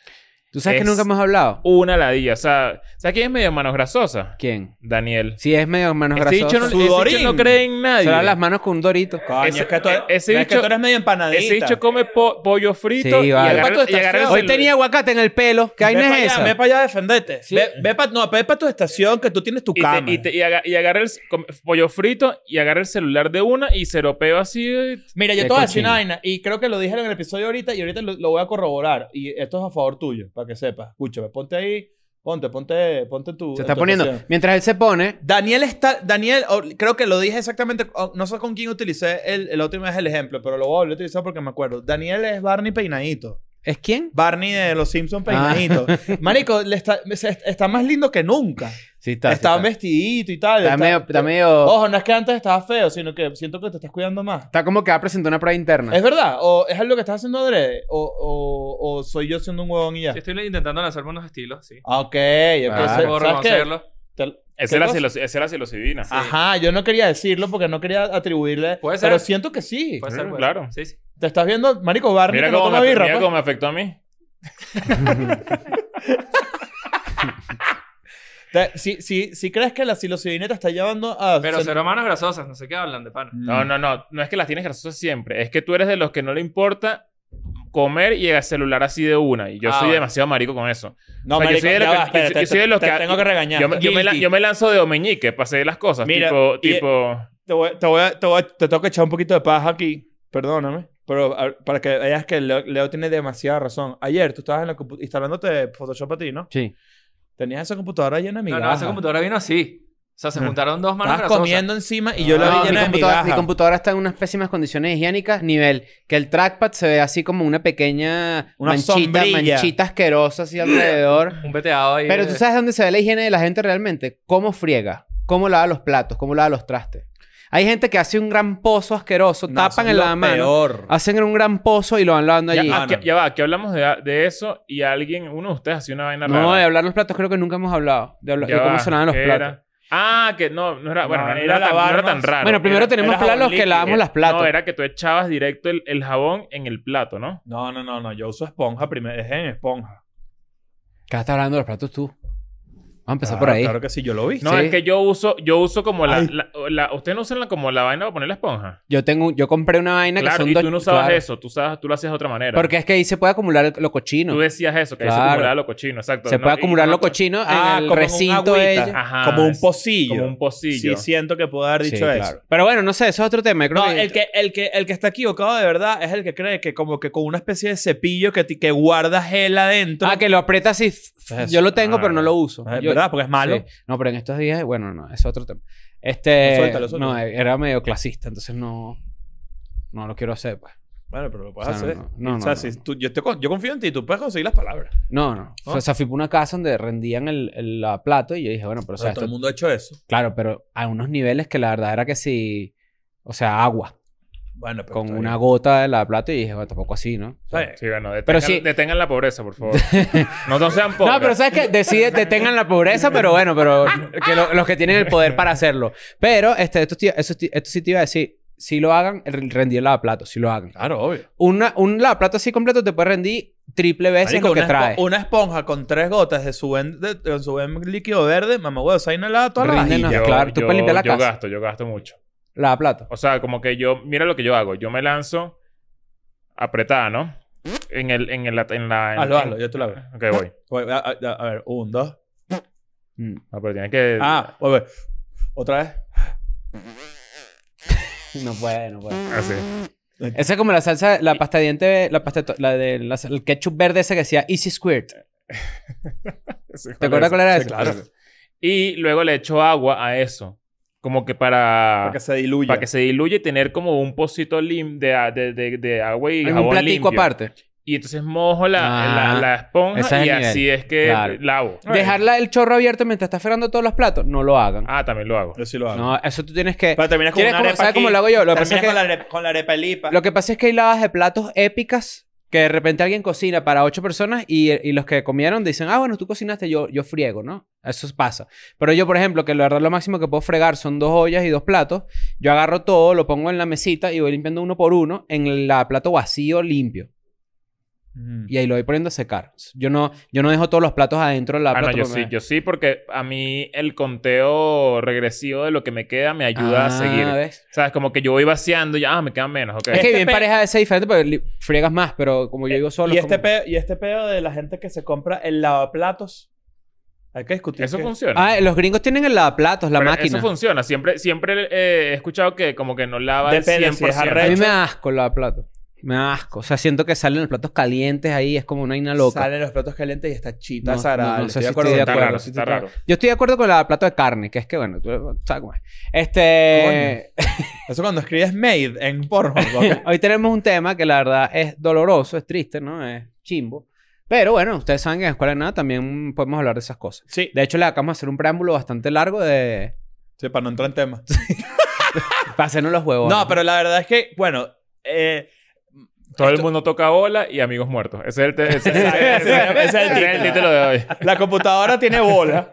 Speaker 2: ¿Tú sabes que
Speaker 3: es-
Speaker 2: nunca hemos hablado?
Speaker 3: Una ladilla. O sea, ¿sabes quién es medio manos grasosas?
Speaker 2: ¿Quién?
Speaker 3: Daniel.
Speaker 2: Si es medio manos
Speaker 3: Este
Speaker 2: grasosas.
Speaker 3: dicho no,
Speaker 2: Se
Speaker 3: ese dicho
Speaker 1: Sudorín.
Speaker 3: no cree en nadie.
Speaker 2: lavan las manos con un dorito.
Speaker 1: Coño,
Speaker 3: Ese-
Speaker 1: es que tú,
Speaker 3: e- ese
Speaker 1: es que
Speaker 3: bicho-
Speaker 1: tú eres medio empanadita.
Speaker 3: Ese dicho come po- pollo frito
Speaker 2: Sí,
Speaker 3: y,
Speaker 2: vale.
Speaker 3: agarra,
Speaker 1: Ve pa' tu
Speaker 3: y agarra el
Speaker 1: estación.
Speaker 2: Hoy
Speaker 3: celu-
Speaker 2: tenía aguacate en el pelo. ¿Qué
Speaker 1: Ve pa'
Speaker 2: vaina es
Speaker 1: allá,
Speaker 2: esa?
Speaker 1: Ve para allá a defenderte.
Speaker 2: Sí.
Speaker 1: Ve, ve para no, ve pa' tu estación que tú tienes tu
Speaker 3: y,
Speaker 1: cama.
Speaker 3: te- y te- y aga- y agarra el c- come- pollo frito y agarra el celular de una y se lo peo así. eh,
Speaker 1: Mira, yo
Speaker 2: Qué
Speaker 1: te voy a decir
Speaker 2: cochino.
Speaker 1: una vaina, y creo que lo dijeron en el episodio ahorita, y ahorita lo, lo voy a corroborar. Y esto es a favor tuyo, para que sepas. Escúchame, ponte ahí, ponte, ponte, ponte en tu.
Speaker 2: Se
Speaker 1: en
Speaker 2: está
Speaker 1: tu
Speaker 2: poniendo.
Speaker 3: pues,
Speaker 1: ocasión.
Speaker 2: Mientras él se pone,
Speaker 1: Daniel está, Daniel, o- creo que lo dije exactamente, o- no sé con quién utilicé el, el último es el ejemplo, pero lo voy a volver a utilizar porque me acuerdo. Daniel es Barney peinadito.
Speaker 2: ¿es quién?
Speaker 1: Barney de los Simpsons
Speaker 2: Ah.
Speaker 1: peinadito. Marico, le está, se- está más lindo que nunca.
Speaker 2: Sí,
Speaker 1: Está,
Speaker 2: sí
Speaker 1: vestidito y tal.
Speaker 2: Está medio- está medio-
Speaker 1: Ojo, no es que antes estaba feo, sino que siento que te estás cuidando más.
Speaker 2: Está como que va a presentar una prueba interna.
Speaker 1: ¿Es verdad? ¿O es algo que estás haciendo adrede? ¿O, o, o soy yo siendo un huevón y ya?
Speaker 4: Sí, estoy intentando lanzarme unos estilos, sí.
Speaker 1: Ah, Ok, yo pensé-
Speaker 2: Claro.
Speaker 4: Puedo
Speaker 1: ¿sabes qué?
Speaker 4: reconocerlo.
Speaker 1: Te-
Speaker 3: Esa
Speaker 1: ¿Qué
Speaker 3: era
Speaker 1: cosa? Ah,
Speaker 3: psilo- esa era psilocibina.
Speaker 1: Ajá, yo no quería decirlo porque no quería atribuirle.
Speaker 4: Puede
Speaker 1: Pero
Speaker 4: ser.
Speaker 1: siento que sí.
Speaker 4: Puede
Speaker 3: Mm,
Speaker 4: ser, puede
Speaker 3: claro.
Speaker 4: ser. Sí, sí.
Speaker 1: Te estás viendo, marico, Barney
Speaker 3: Mira
Speaker 1: que no
Speaker 3: cómo,
Speaker 1: toma
Speaker 3: me,
Speaker 1: birra,
Speaker 3: mira
Speaker 1: pues.
Speaker 3: cómo me afectó a mí.
Speaker 1: Te- si, si, si crees que la psilocibina te está llevando a...
Speaker 4: Pero
Speaker 1: sen-
Speaker 4: cero manos grasosas, no sé qué hablan de pana.
Speaker 1: Mm.
Speaker 3: No, no, no. No es que las tienes grasosas siempre. Es que tú eres de los que no le importa comer y el celular así de una. Y yo
Speaker 4: Ah,
Speaker 3: soy
Speaker 4: bueno.
Speaker 3: demasiado marico con eso.
Speaker 1: No,
Speaker 3: O sea, yo
Speaker 1: marico,
Speaker 3: soy
Speaker 1: ya
Speaker 3: de los
Speaker 1: va,
Speaker 3: que- yo-
Speaker 1: espera,
Speaker 3: yo
Speaker 1: te-
Speaker 3: soy de los
Speaker 1: te
Speaker 3: que-
Speaker 1: tengo que regañar.
Speaker 3: Yo me, yo me la-
Speaker 1: Guilty.
Speaker 3: yo me lanzo de omeñique para hacer las cosas.
Speaker 1: Mira,
Speaker 3: tipo,
Speaker 1: y-
Speaker 3: tipo...
Speaker 1: Te, voy- te voy a- te voy a- te tengo que echar un poquito de paja aquí. Perdóname. Pero a- para que veas que Leo, Leo tiene demasiada razón. Ayer tú estabas en la compu- instalándote Photoshop a ti, ¿no?
Speaker 2: Sí.
Speaker 1: Tenías esa computadora llena de
Speaker 4: No,
Speaker 1: migajas.
Speaker 4: no, esa computadora vino así. O sea, se
Speaker 1: Ajá.
Speaker 4: juntaron dos manos
Speaker 1: Estabas
Speaker 4: grasosas.
Speaker 1: comiendo encima y yo la
Speaker 2: No,
Speaker 1: vi
Speaker 2: mi,
Speaker 1: llena de
Speaker 2: computadora, mi
Speaker 1: migajas.
Speaker 2: computadora está en unas pésimas condiciones higiénicas, nivel que el trackpad se ve así como una pequeña
Speaker 1: Una
Speaker 2: manchita,
Speaker 1: sombrilla.
Speaker 2: manchita asquerosa así alrededor.
Speaker 4: Un veteado ahí.
Speaker 2: Pero tú
Speaker 4: de-
Speaker 2: sabes dónde se ve la higiene de la gente realmente. Cómo friega, cómo lava los platos, cómo lava los trastes. Hay gente que hace un gran pozo asqueroso,
Speaker 1: No,
Speaker 2: tapan
Speaker 1: son
Speaker 2: en
Speaker 1: lo
Speaker 2: la mano, Ah.
Speaker 1: peor.
Speaker 2: hacen un gran pozo y lo van lavando
Speaker 3: Ya,
Speaker 2: allí.
Speaker 3: ah,
Speaker 1: no,
Speaker 3: que-
Speaker 1: no.
Speaker 3: ya va, que hablamos de, de eso y alguien, uno de ustedes hacía una vaina rara.
Speaker 2: Ah, no, de hablar los platos creo que nunca hemos hablado. De, hablar,
Speaker 3: Ya
Speaker 2: de cómo
Speaker 3: va,
Speaker 2: sonaban los
Speaker 3: ¿qué
Speaker 2: platos.
Speaker 3: era? Ah, que no, no era, bueno,
Speaker 1: No,
Speaker 3: no,
Speaker 1: era
Speaker 3: era tan, no era
Speaker 1: lavarnos.
Speaker 3: tan raro.
Speaker 2: bueno, primero
Speaker 3: Era-
Speaker 2: tenemos
Speaker 1: era
Speaker 2: claro los
Speaker 1: jabón
Speaker 2: que
Speaker 1: líquido.
Speaker 2: lavamos las platos.
Speaker 3: No, era que tú echabas directo el, el jabón en el plato, ¿no?
Speaker 1: No, no, no, no. Yo uso esponja primero. Es en esponja.
Speaker 2: ¿Qué estás hablando de los platos tú? Vamos a empezar
Speaker 1: Claro,
Speaker 2: por ahí.
Speaker 1: Ah, Claro que sí, yo lo vi.
Speaker 3: No,
Speaker 2: Sí.
Speaker 3: es que yo uso, yo uso como la,
Speaker 1: Ay.
Speaker 3: la, la- ustedes no usan la, como la vaina para poner la esponja.
Speaker 2: Yo tengo, un- yo compré una vaina que
Speaker 3: Claro,
Speaker 2: son
Speaker 3: y
Speaker 2: dos-
Speaker 3: tú no usabas
Speaker 2: claro.
Speaker 3: eso, tú, usabas- tú lo hacías de otra manera.
Speaker 2: Porque es que ahí se puede acumular el- lo cochino.
Speaker 3: tú decías eso, que ahí se
Speaker 2: Claro.
Speaker 3: acumulaba lo cochino, exacto.
Speaker 2: Se
Speaker 3: ¿no?
Speaker 2: puede
Speaker 3: Y
Speaker 2: acumular
Speaker 3: no-
Speaker 2: lo cochino
Speaker 1: Ah,
Speaker 2: en el
Speaker 1: como en un
Speaker 2: recinto
Speaker 1: agüita.
Speaker 2: de ella.
Speaker 3: Ajá,
Speaker 1: como un
Speaker 3: es-
Speaker 1: pocillo.
Speaker 3: Como un pocillo.
Speaker 1: Sí, siento que puedo haber dicho
Speaker 2: Sí,
Speaker 1: eso.
Speaker 2: claro. Pero bueno, no sé, eso es otro tema. Yo creo
Speaker 1: No,
Speaker 2: que-
Speaker 1: el que, el, que, el que está equivocado de verdad es el que cree que como que con una especie de cepillo que, ti- que guarda gel adentro.
Speaker 2: Ah, que lo aprietas y... Yo lo tengo, pero no lo uso.
Speaker 1: Ah, es
Speaker 2: Pues, Yo-
Speaker 1: ¿Verdad? Porque es malo.
Speaker 2: Sí. No, pero en estos días... Bueno, no, es otro tema. Este...
Speaker 1: No, suéltalo, suéltalo.
Speaker 2: No, era medio clasista, entonces no... No lo quiero hacer, pues.
Speaker 1: Bueno, pero lo puedes
Speaker 2: O sea,
Speaker 1: hacer.
Speaker 2: no, no, no,
Speaker 1: o sea,
Speaker 2: no,
Speaker 1: si
Speaker 2: no.
Speaker 1: tú- yo, te con- yo confío en ti, tú puedes conseguir las palabras.
Speaker 2: No, no.
Speaker 1: ¿No?
Speaker 2: O sea, fui por una casa donde rendían el, el la plato y yo dije, bueno, pero o sea,
Speaker 1: Pero todo el
Speaker 2: esto-
Speaker 1: mundo ha hecho eso.
Speaker 2: Claro, pero a unos niveles que la verdad era que si... O sea, agua.
Speaker 1: Bueno, pero
Speaker 2: Con
Speaker 1: está
Speaker 2: una
Speaker 1: bien.
Speaker 2: gota de la plata y dije, bueno, tampoco así, ¿no?
Speaker 1: Está bien.
Speaker 3: Sí, bueno, detengan,
Speaker 2: Eh, Pero sí-
Speaker 3: detengan la pobreza, por favor. no, no sean pobres.
Speaker 2: No, pero sabes que decide, detengan la pobreza, pero bueno, pero que lo- los que tienen el poder para hacerlo. Pero este, esto, sí- eso sí- esto sí te iba a decir, si lo hagan, el rendir el plato, si lo hagan.
Speaker 1: Claro, obvio.
Speaker 2: Una, un lavaplato así completo te puede rendir triple veces
Speaker 1: Marico,
Speaker 2: lo que
Speaker 1: una, espo-
Speaker 2: trae.
Speaker 1: una esponja con tres gotas de su buen, de, de su buen líquido verde, mamá, huevo, se ha inhalado toda la
Speaker 2: Ríndelo.
Speaker 1: vajilla.
Speaker 2: claro, tú puedes limpiar la
Speaker 3: yo
Speaker 2: casa.
Speaker 3: gasto, yo gasto mucho.
Speaker 2: Lavaplato.
Speaker 3: O sea, como que yo, mira lo que yo hago. Yo me lanzo apretada, ¿no? En el, en el, en la... en-
Speaker 1: Hazlo, hazlo, yo te lo hago.
Speaker 3: Ok, voy.
Speaker 1: Oye, A, a- a ver, un, dos.
Speaker 2: Mm.
Speaker 3: No, pero tienes que...
Speaker 1: Ah, oye, oye. otra vez.
Speaker 2: Ah. No puede, no puede.
Speaker 3: Así.
Speaker 2: Esa es como la salsa, la pasta de diente, la pasta, de to- la de, la- el ketchup verde ese que decía Easy Squirt. ¿Te acuerdas cuál era
Speaker 1: Sí,
Speaker 2: esa?
Speaker 1: claro.
Speaker 3: Y luego le echo agua a eso. Como que para...
Speaker 1: Para que se diluya.
Speaker 3: para que se diluya y tener como un pocito lim de, de, de, de agua y
Speaker 2: En
Speaker 3: jabón
Speaker 2: un platico
Speaker 3: limpio.
Speaker 2: aparte.
Speaker 3: Y entonces mojo la,
Speaker 2: Ah,
Speaker 3: la, la esponja
Speaker 2: ese es el
Speaker 3: y
Speaker 2: nivel.
Speaker 3: así es que
Speaker 2: Claro.
Speaker 3: lavo.
Speaker 2: Dejarla el chorro abierto mientras estás fregando todos los platos, no lo hagan.
Speaker 3: Ah, también lo hago.
Speaker 1: Yo sí lo hago.
Speaker 2: No, eso tú tienes que...
Speaker 1: Pero terminas con
Speaker 2: ¿Quieres
Speaker 1: una
Speaker 2: cómo-
Speaker 1: arepa
Speaker 2: ¿Sabes
Speaker 1: aquí,
Speaker 2: cómo lo hago yo? Lo que, pasa es
Speaker 1: terminas
Speaker 2: que,
Speaker 1: con, la arepa, con la arepa lipa.
Speaker 2: lo que pasa es que hay lavas de platos épicas que de repente alguien cocina para ocho personas y, y los que comieron dicen, ah, bueno, tú cocinaste, yo, yo friego, ¿no? Eso pasa. Pero yo, por ejemplo, que la verdad lo máximo que puedo fregar son dos ollas y dos platos, yo agarro todo, lo pongo en la mesita y voy limpiando uno por uno en el plato vacío limpio.
Speaker 1: Mm.
Speaker 2: Y ahí lo voy poniendo a secar. Yo no, yo no dejo todos los platos adentro de la
Speaker 3: Ah, no,
Speaker 2: plata
Speaker 3: yo
Speaker 2: porque
Speaker 3: sí,
Speaker 2: me-
Speaker 3: yo sí, porque a mí el conteo regresivo de lo que me queda me ayuda a
Speaker 2: Ah,
Speaker 3: seguir.
Speaker 2: ¿ves?
Speaker 3: ¿Sabes? Como que yo voy vaciando y ya, ah, me quedan menos, ok.
Speaker 2: Es que
Speaker 1: Este
Speaker 2: bien
Speaker 1: pe-
Speaker 2: pareja es diferente porque li- friegas más, pero como yo vivo solo...
Speaker 1: y,
Speaker 2: es
Speaker 1: este
Speaker 2: como-
Speaker 1: peo, y este peo de la gente que se compra el lavaplatos. Hay que discutir.
Speaker 3: Eso
Speaker 1: que-
Speaker 3: funciona.
Speaker 2: Ah, los gringos tienen el lavaplatos, la
Speaker 3: Pero
Speaker 2: máquina.
Speaker 3: Eso funciona. Siempre, siempre eh, he escuchado que como que no lava
Speaker 1: Depende
Speaker 3: el 100%.
Speaker 1: si es
Speaker 2: A
Speaker 1: arrecho.
Speaker 2: mí
Speaker 1: hecho-
Speaker 2: me da asco la plato. Me da asco. O sea, siento que salen los platos calientes ahí. Es como una ina loca.
Speaker 1: Salen los platos calientes y está chita
Speaker 2: No,
Speaker 1: desagradable.
Speaker 2: no, no sé
Speaker 1: Estoy de
Speaker 2: si
Speaker 1: acuerdo
Speaker 2: estoy de
Speaker 3: Está
Speaker 1: contigo.
Speaker 2: acuerdo.
Speaker 3: raro,
Speaker 2: sí,
Speaker 3: está
Speaker 2: está-
Speaker 3: raro.
Speaker 2: Yo estoy de acuerdo con el plato de carne, que es que, bueno, tú sabes cómo es. Este...
Speaker 1: Eso cuando escribes made en Pornhub. ¿ok?
Speaker 2: Hoy tenemos un tema que la verdad es doloroso, es triste, ¿no? Es chimbo. Pero bueno, ustedes saben que en Escuela de Nada también podemos hablar de esas cosas.
Speaker 1: sí.
Speaker 2: De hecho, le acabamos de hacer un preámbulo bastante largo de...
Speaker 1: Sí, para no entrar en tema.
Speaker 2: Para hacernos los huevos.
Speaker 1: No, pero la verdad es que, bueno. eh,
Speaker 3: Todo el
Speaker 1: Esto-
Speaker 3: mundo toca bola y amigos muertos. Ese es el, te- ese- ese- ese-
Speaker 1: Ese es el
Speaker 3: ese es el
Speaker 1: título.
Speaker 3: título de hoy.
Speaker 1: la computadora tiene bola.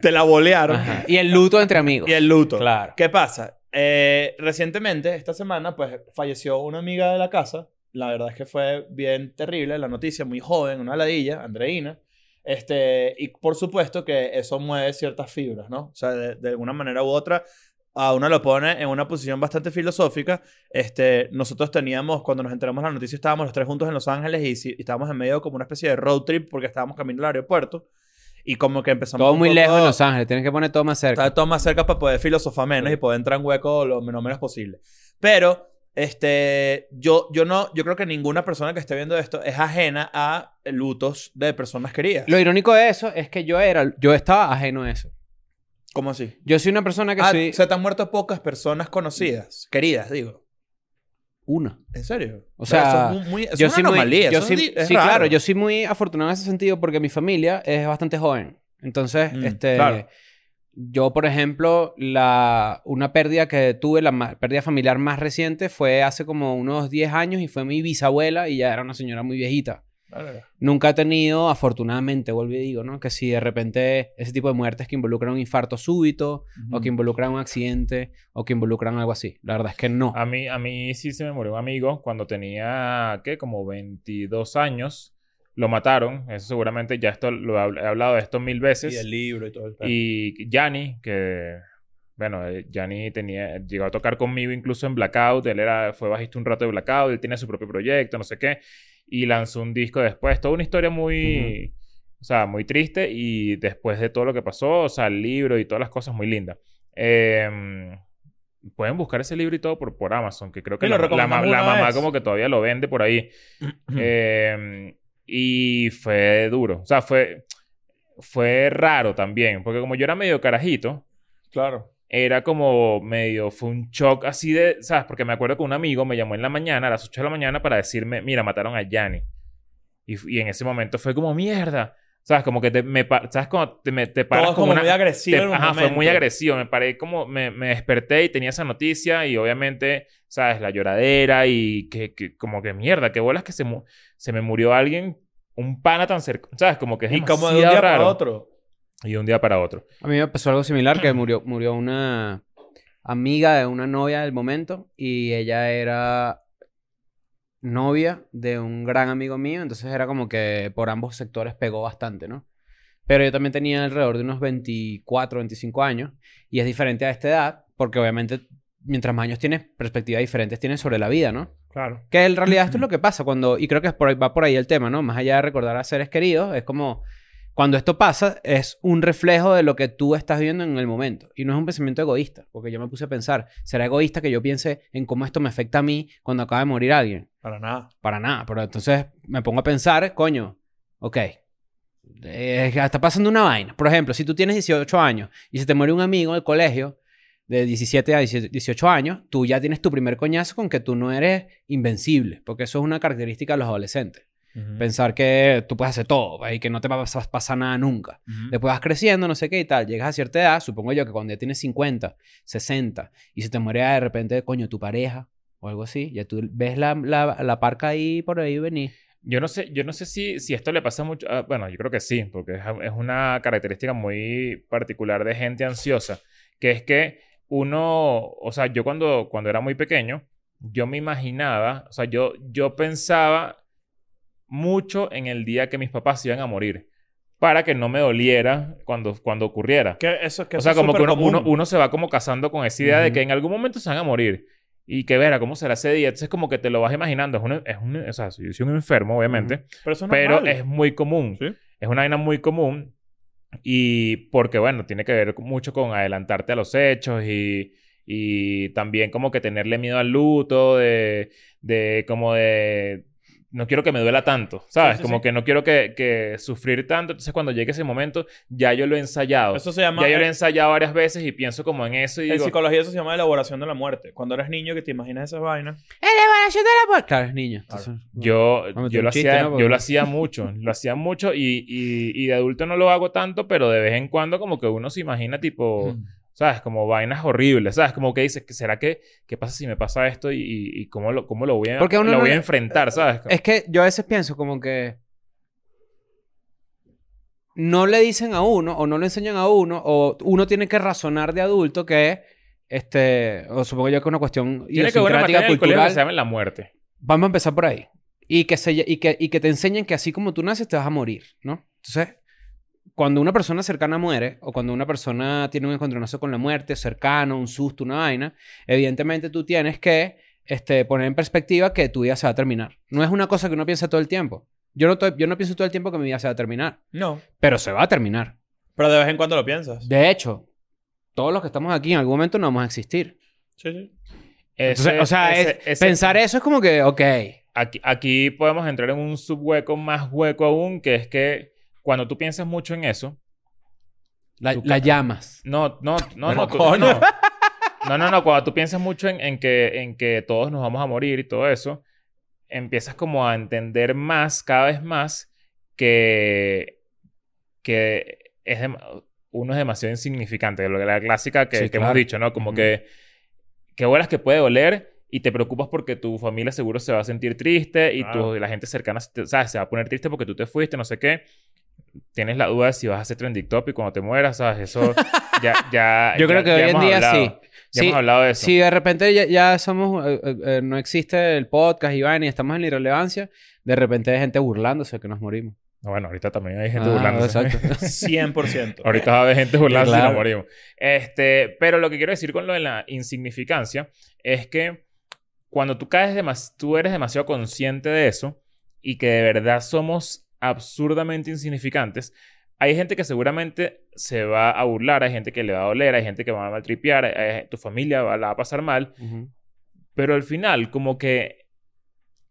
Speaker 1: Te la bolearon.
Speaker 2: Ajá. Y el luto entre amigos.
Speaker 1: Y el luto.
Speaker 2: Claro.
Speaker 1: ¿Qué pasa? Eh, recientemente, esta semana, pues falleció una amiga de la casa. La verdad es que fue bien terrible la noticia, muy joven, una ladilla, Andreina. Este, y por supuesto que eso mueve ciertas fibras, ¿no? O sea, de, de alguna manera u otra, a uno lo pone en una posición bastante filosófica. Este, nosotros teníamos, cuando nos enteramos de la noticia, estábamos los tres juntos en Los Ángeles y, si- y estábamos en medio de como una especie de road trip porque estábamos camino al aeropuerto. Y como que empezamos...
Speaker 2: Todo
Speaker 1: un
Speaker 2: muy
Speaker 1: poco
Speaker 2: lejos
Speaker 1: a-
Speaker 2: de Los Ángeles. Tienes que poner todo más cerca.
Speaker 1: Está todo más cerca para poder filosofar menos y poder entrar en hueco lo menos, menos posible. Pero, este, yo, yo no, yo creo que ninguna persona que esté viendo esto es ajena a lutos de personas queridas.
Speaker 2: Lo irónico de eso es que yo era... Yo estaba ajeno a eso.
Speaker 1: ¿Cómo así?
Speaker 2: Yo soy una persona que
Speaker 1: Ah,
Speaker 2: soy...
Speaker 1: se te han muerto pocas personas conocidas, queridas, digo.
Speaker 2: Una.
Speaker 1: ¿En serio?
Speaker 2: O sea,
Speaker 1: Pero eso es, muy- muy- eso es
Speaker 2: yo
Speaker 1: una
Speaker 2: soy
Speaker 1: anomalía.
Speaker 2: Muy, yo
Speaker 1: eso es
Speaker 2: soy-
Speaker 1: di- es
Speaker 2: sí,
Speaker 1: raro.
Speaker 2: claro, yo soy muy afortunado en ese sentido porque mi familia es bastante joven. Entonces,
Speaker 1: Mm,
Speaker 2: este,
Speaker 1: claro.
Speaker 2: yo, por ejemplo, la, una pérdida que tuve, la ma- pérdida familiar más reciente, fue hace como unos 10 años y fue mi bisabuela y ya era una señora muy viejita.
Speaker 1: Verga.
Speaker 2: Nunca he tenido, afortunadamente, vuelvo y digo, ¿no? Que si de repente ese tipo de muertes que involucran un infarto súbito o que involucran un accidente o que involucran algo así. La verdad es que no.
Speaker 3: A mí, a mí sí se me murió un amigo cuando tenía, ¿qué? Como 22 años. Lo mataron. Eso seguramente ya esto lo he habl- he hablado de esto mil veces.
Speaker 1: Y el libro y todo el
Speaker 3: Y Yanni, que bueno, eh, Yanni tenía, llegó a tocar conmigo incluso en Blackout, él era, fue bajista un rato de Blackout, él tiene su propio proyecto, no sé qué, y lanzó un disco después, toda una historia muy, o sea, muy triste y después de todo lo que pasó, o sea, el libro y todas las cosas muy lindas. Em, pueden buscar ese libro y todo por, por Amazon, que creo que
Speaker 1: Sí, lo
Speaker 3: la, la ma-
Speaker 1: recomendamos
Speaker 3: la
Speaker 1: una
Speaker 3: mamá
Speaker 1: vez.
Speaker 3: como que todavía lo vende por ahí. Em, y fue duro, o sea, fue fue raro también, porque como yo era medio carajito,
Speaker 1: Claro.
Speaker 3: era como medio, fue un shock así de, ¿sabes? Porque me acuerdo que un amigo me llamó en la mañana, a las 8 de la mañana, para decirme, mira, mataron a Yanni. Y, f- y en ese momento fue como, mierda. ¿Sabes? Como que te, me, pa- ¿sabes? Como te, me- te paras
Speaker 1: Todo es como
Speaker 3: una-
Speaker 1: muy agresivo
Speaker 3: te-
Speaker 1: en un
Speaker 3: ajá, fue
Speaker 1: momento.
Speaker 3: muy agresivo. Me paré como, me, me desperté y tenía esa noticia y obviamente, ¿sabes? La lloradera y que, que- como que mierda, qué bolas que se, mu- se me murió alguien, un pana tan cerca, ¿sabes? Como que es
Speaker 1: Y como de un
Speaker 3: demasiado
Speaker 1: día
Speaker 3: raro.
Speaker 1: para otro.
Speaker 3: Y de un día para otro.
Speaker 2: A mí me pasó algo similar, que murió, murió una amiga de una novia del momento y ella era novia de un gran amigo mío, entonces era como que por ambos sectores pegó bastante, ¿no? Pero yo también tenía alrededor de unos 24, 25 años y es diferente a esta edad, porque obviamente mientras más años tienes, perspectivas diferentes tienes sobre la vida, ¿no?
Speaker 1: Claro.
Speaker 2: Que en realidad esto es lo que pasa cuando, y creo que es por ahí- va por ahí el tema, ¿no? Más allá de recordar a seres queridos, es como cuando esto pasa, es un reflejo de lo que tú estás viendo en el momento. Y no es un pensamiento egoísta, porque yo me puse a pensar, ¿será egoísta que yo piense en cómo esto me afecta a mí cuando acaba de morir alguien?
Speaker 1: Para nada.
Speaker 2: Para nada, pero entonces me pongo a pensar, coño, ok, eh, está pasando una vaina. Por ejemplo, si tú tienes 18 años y se te muere un amigo del colegio de 17 a 18 18 años, tú ya tienes tu primer coñazo con que tú no eres invencible, porque eso es una característica de los adolescentes. Pensar que tú puedes hacer todo pues, y que no te va a pas- pasar nada nunca. Después vas creciendo, no sé qué y tal. Llegas a cierta edad, supongo yo que cuando ya tienes 50, 60 y se te muere de repente, coño, tu pareja o algo así, ya tú ves la, la, la parca ahí por ahí venir.
Speaker 3: Yo no sé, yo no sé si, si esto le pasa mucho. ah, bueno, yo creo que sí, porque es, es una característica muy particular de gente ansiosa, que es que uno, o sea, yo cuando, cuando era muy pequeño, yo me imaginaba, o sea, yo, yo pensaba mucho en el día que mis papás se iban a morir, para que no me doliera cuando, cuando ocurriera.
Speaker 1: Que eso, que
Speaker 3: o
Speaker 1: eso
Speaker 3: sea,
Speaker 1: es
Speaker 3: como que uno,
Speaker 1: supercomún.
Speaker 3: uno, uno se va como casando con esa idea de que en algún momento se van a morir. Y que verá cómo será ese día. Entonces, como que te lo vas imaginando. Es un, es un, o sea, yo soy un enfermo, obviamente.
Speaker 1: Pero eso es
Speaker 3: Pero
Speaker 1: normal.
Speaker 3: es muy común.
Speaker 1: Sí.
Speaker 3: Es una vaina muy común. Y porque, bueno, tiene que ver mucho con adelantarte a los hechos y, y también como que tenerle miedo al luto, de, de como de... No quiero que me duela tanto, ¿sabes?
Speaker 1: sí,
Speaker 3: como
Speaker 1: sí.
Speaker 3: que no quiero que, que sufrir tanto. Entonces, cuando llegue ese momento, ya yo lo he ensayado.
Speaker 1: Eso se llama...
Speaker 3: Oh. ya yo lo he ensayado varias veces y pienso como en eso y
Speaker 1: En
Speaker 3: digo...
Speaker 1: psicología eso se llama elaboración de la muerte. Cuando eres niño que te imaginas esas vainas.
Speaker 2: Claro, es niño. entonces-
Speaker 3: Yo,
Speaker 2: Vamos,
Speaker 3: yo,
Speaker 2: un
Speaker 3: lo,
Speaker 2: chiste,
Speaker 3: hacía,
Speaker 2: ¿no? Porque-
Speaker 3: yo lo hacía mucho, lo hacía mucho y, y, y de adulto no lo hago tanto, pero de vez en cuando como que uno se imagina tipo,
Speaker 2: Mm.
Speaker 3: ¿sabes? Como vainas horribles, ¿sabes? Como que dices, ¿será que qué pasa si me pasa esto y, y- y cómo, lo, cómo lo voy a,
Speaker 2: Porque uno
Speaker 3: lo
Speaker 2: no
Speaker 3: voy a
Speaker 2: le- eh,
Speaker 3: enfrentar, ¿sabes?
Speaker 2: Es que yo a veces pienso como que no le dicen a uno o no le enseñan a uno o uno tiene que razonar de adulto que este, o supongo yo que una cuestión
Speaker 3: Tiene que haber una materia
Speaker 2: idiosincrática
Speaker 3: en el colegio que se
Speaker 2: cultural.
Speaker 3: llama la muerte.
Speaker 2: Vamos a empezar por ahí. Y que, se, y, que, y que te enseñen que así como tú naces, te vas a morir, ¿no? Entonces, cuando una persona cercana muere, o cuando una persona tiene un encontronazo con la muerte, cercano, un susto, una vaina, evidentemente tú tienes que este, poner en perspectiva que tu vida se va a terminar. No es una cosa que uno piensa todo el tiempo. Yo no, to- yo no pienso todo el tiempo que mi vida se va a terminar,
Speaker 1: No.
Speaker 2: pero se va a terminar.
Speaker 1: Pero de vez en cuando lo piensas.
Speaker 2: De hecho, todos los que estamos aquí en algún momento no vamos a existir.
Speaker 1: Sí, sí.
Speaker 2: Entonces,
Speaker 3: Ese-
Speaker 2: o sea,
Speaker 3: ese-
Speaker 2: es-
Speaker 3: ese-
Speaker 2: pensar eso es como que, ok,
Speaker 3: Aquí, aquí podemos entrar en un subhueco más hueco aún, que es que cuando tú piensas mucho en eso,
Speaker 2: la,
Speaker 3: Tu
Speaker 2: la llamas.
Speaker 3: Pues, no, no, no,
Speaker 1: Bueno,
Speaker 3: no, tú-
Speaker 1: coño.
Speaker 3: no. No, no, no, Cuando tú piensas mucho en, en que, en que todos nos vamos a morir y todo eso, empiezas como a entender más, cada vez más, que, que es dem- uno es demasiado insignificante. Lo que la clásica que,
Speaker 2: Sí,
Speaker 3: que
Speaker 2: claro.
Speaker 3: hemos dicho, ¿no? Como
Speaker 2: Ujú.
Speaker 3: que, que bolas que puede doler y te preocupas porque tu familia seguro se va a sentir triste y
Speaker 1: Claro.
Speaker 3: tu- la gente cercana se te- ¿sabes? se va a poner triste porque tú te fuiste, no sé qué. Tienes la duda de si vas a hacer trending topic cuando te mueras, ¿sabes? Eso ya... ya
Speaker 2: Yo creo
Speaker 3: ya-
Speaker 2: que
Speaker 3: ya
Speaker 2: hoy en
Speaker 3: hemos
Speaker 2: día
Speaker 3: hablado.
Speaker 2: sí.
Speaker 3: Ya
Speaker 2: Sí,
Speaker 3: hemos hablado de eso.
Speaker 2: Si de repente ya, ya somos, eh, eh, eh, no existe el podcast, Iván, y estamos en la irrelevancia, de repente hay gente burlándose que nos morimos.
Speaker 3: No, bueno, ahorita también hay gente
Speaker 2: Ah,
Speaker 3: burlándose.
Speaker 2: Exacto.
Speaker 1: 100%.
Speaker 3: Ahorita va a haber gente burlándose y
Speaker 2: Claro.
Speaker 3: nos morimos. Este, pero lo que quiero decir con lo de la insignificancia es que cuando tú caes demas tú eres demasiado consciente de eso y que de verdad somos absurdamente insignificantes, hay gente que seguramente se va a burlar, hay gente que le va a doler, hay gente que va a maltripear, hay- tu familia va- la va a pasar mal,
Speaker 2: Ujú.
Speaker 3: pero al final como que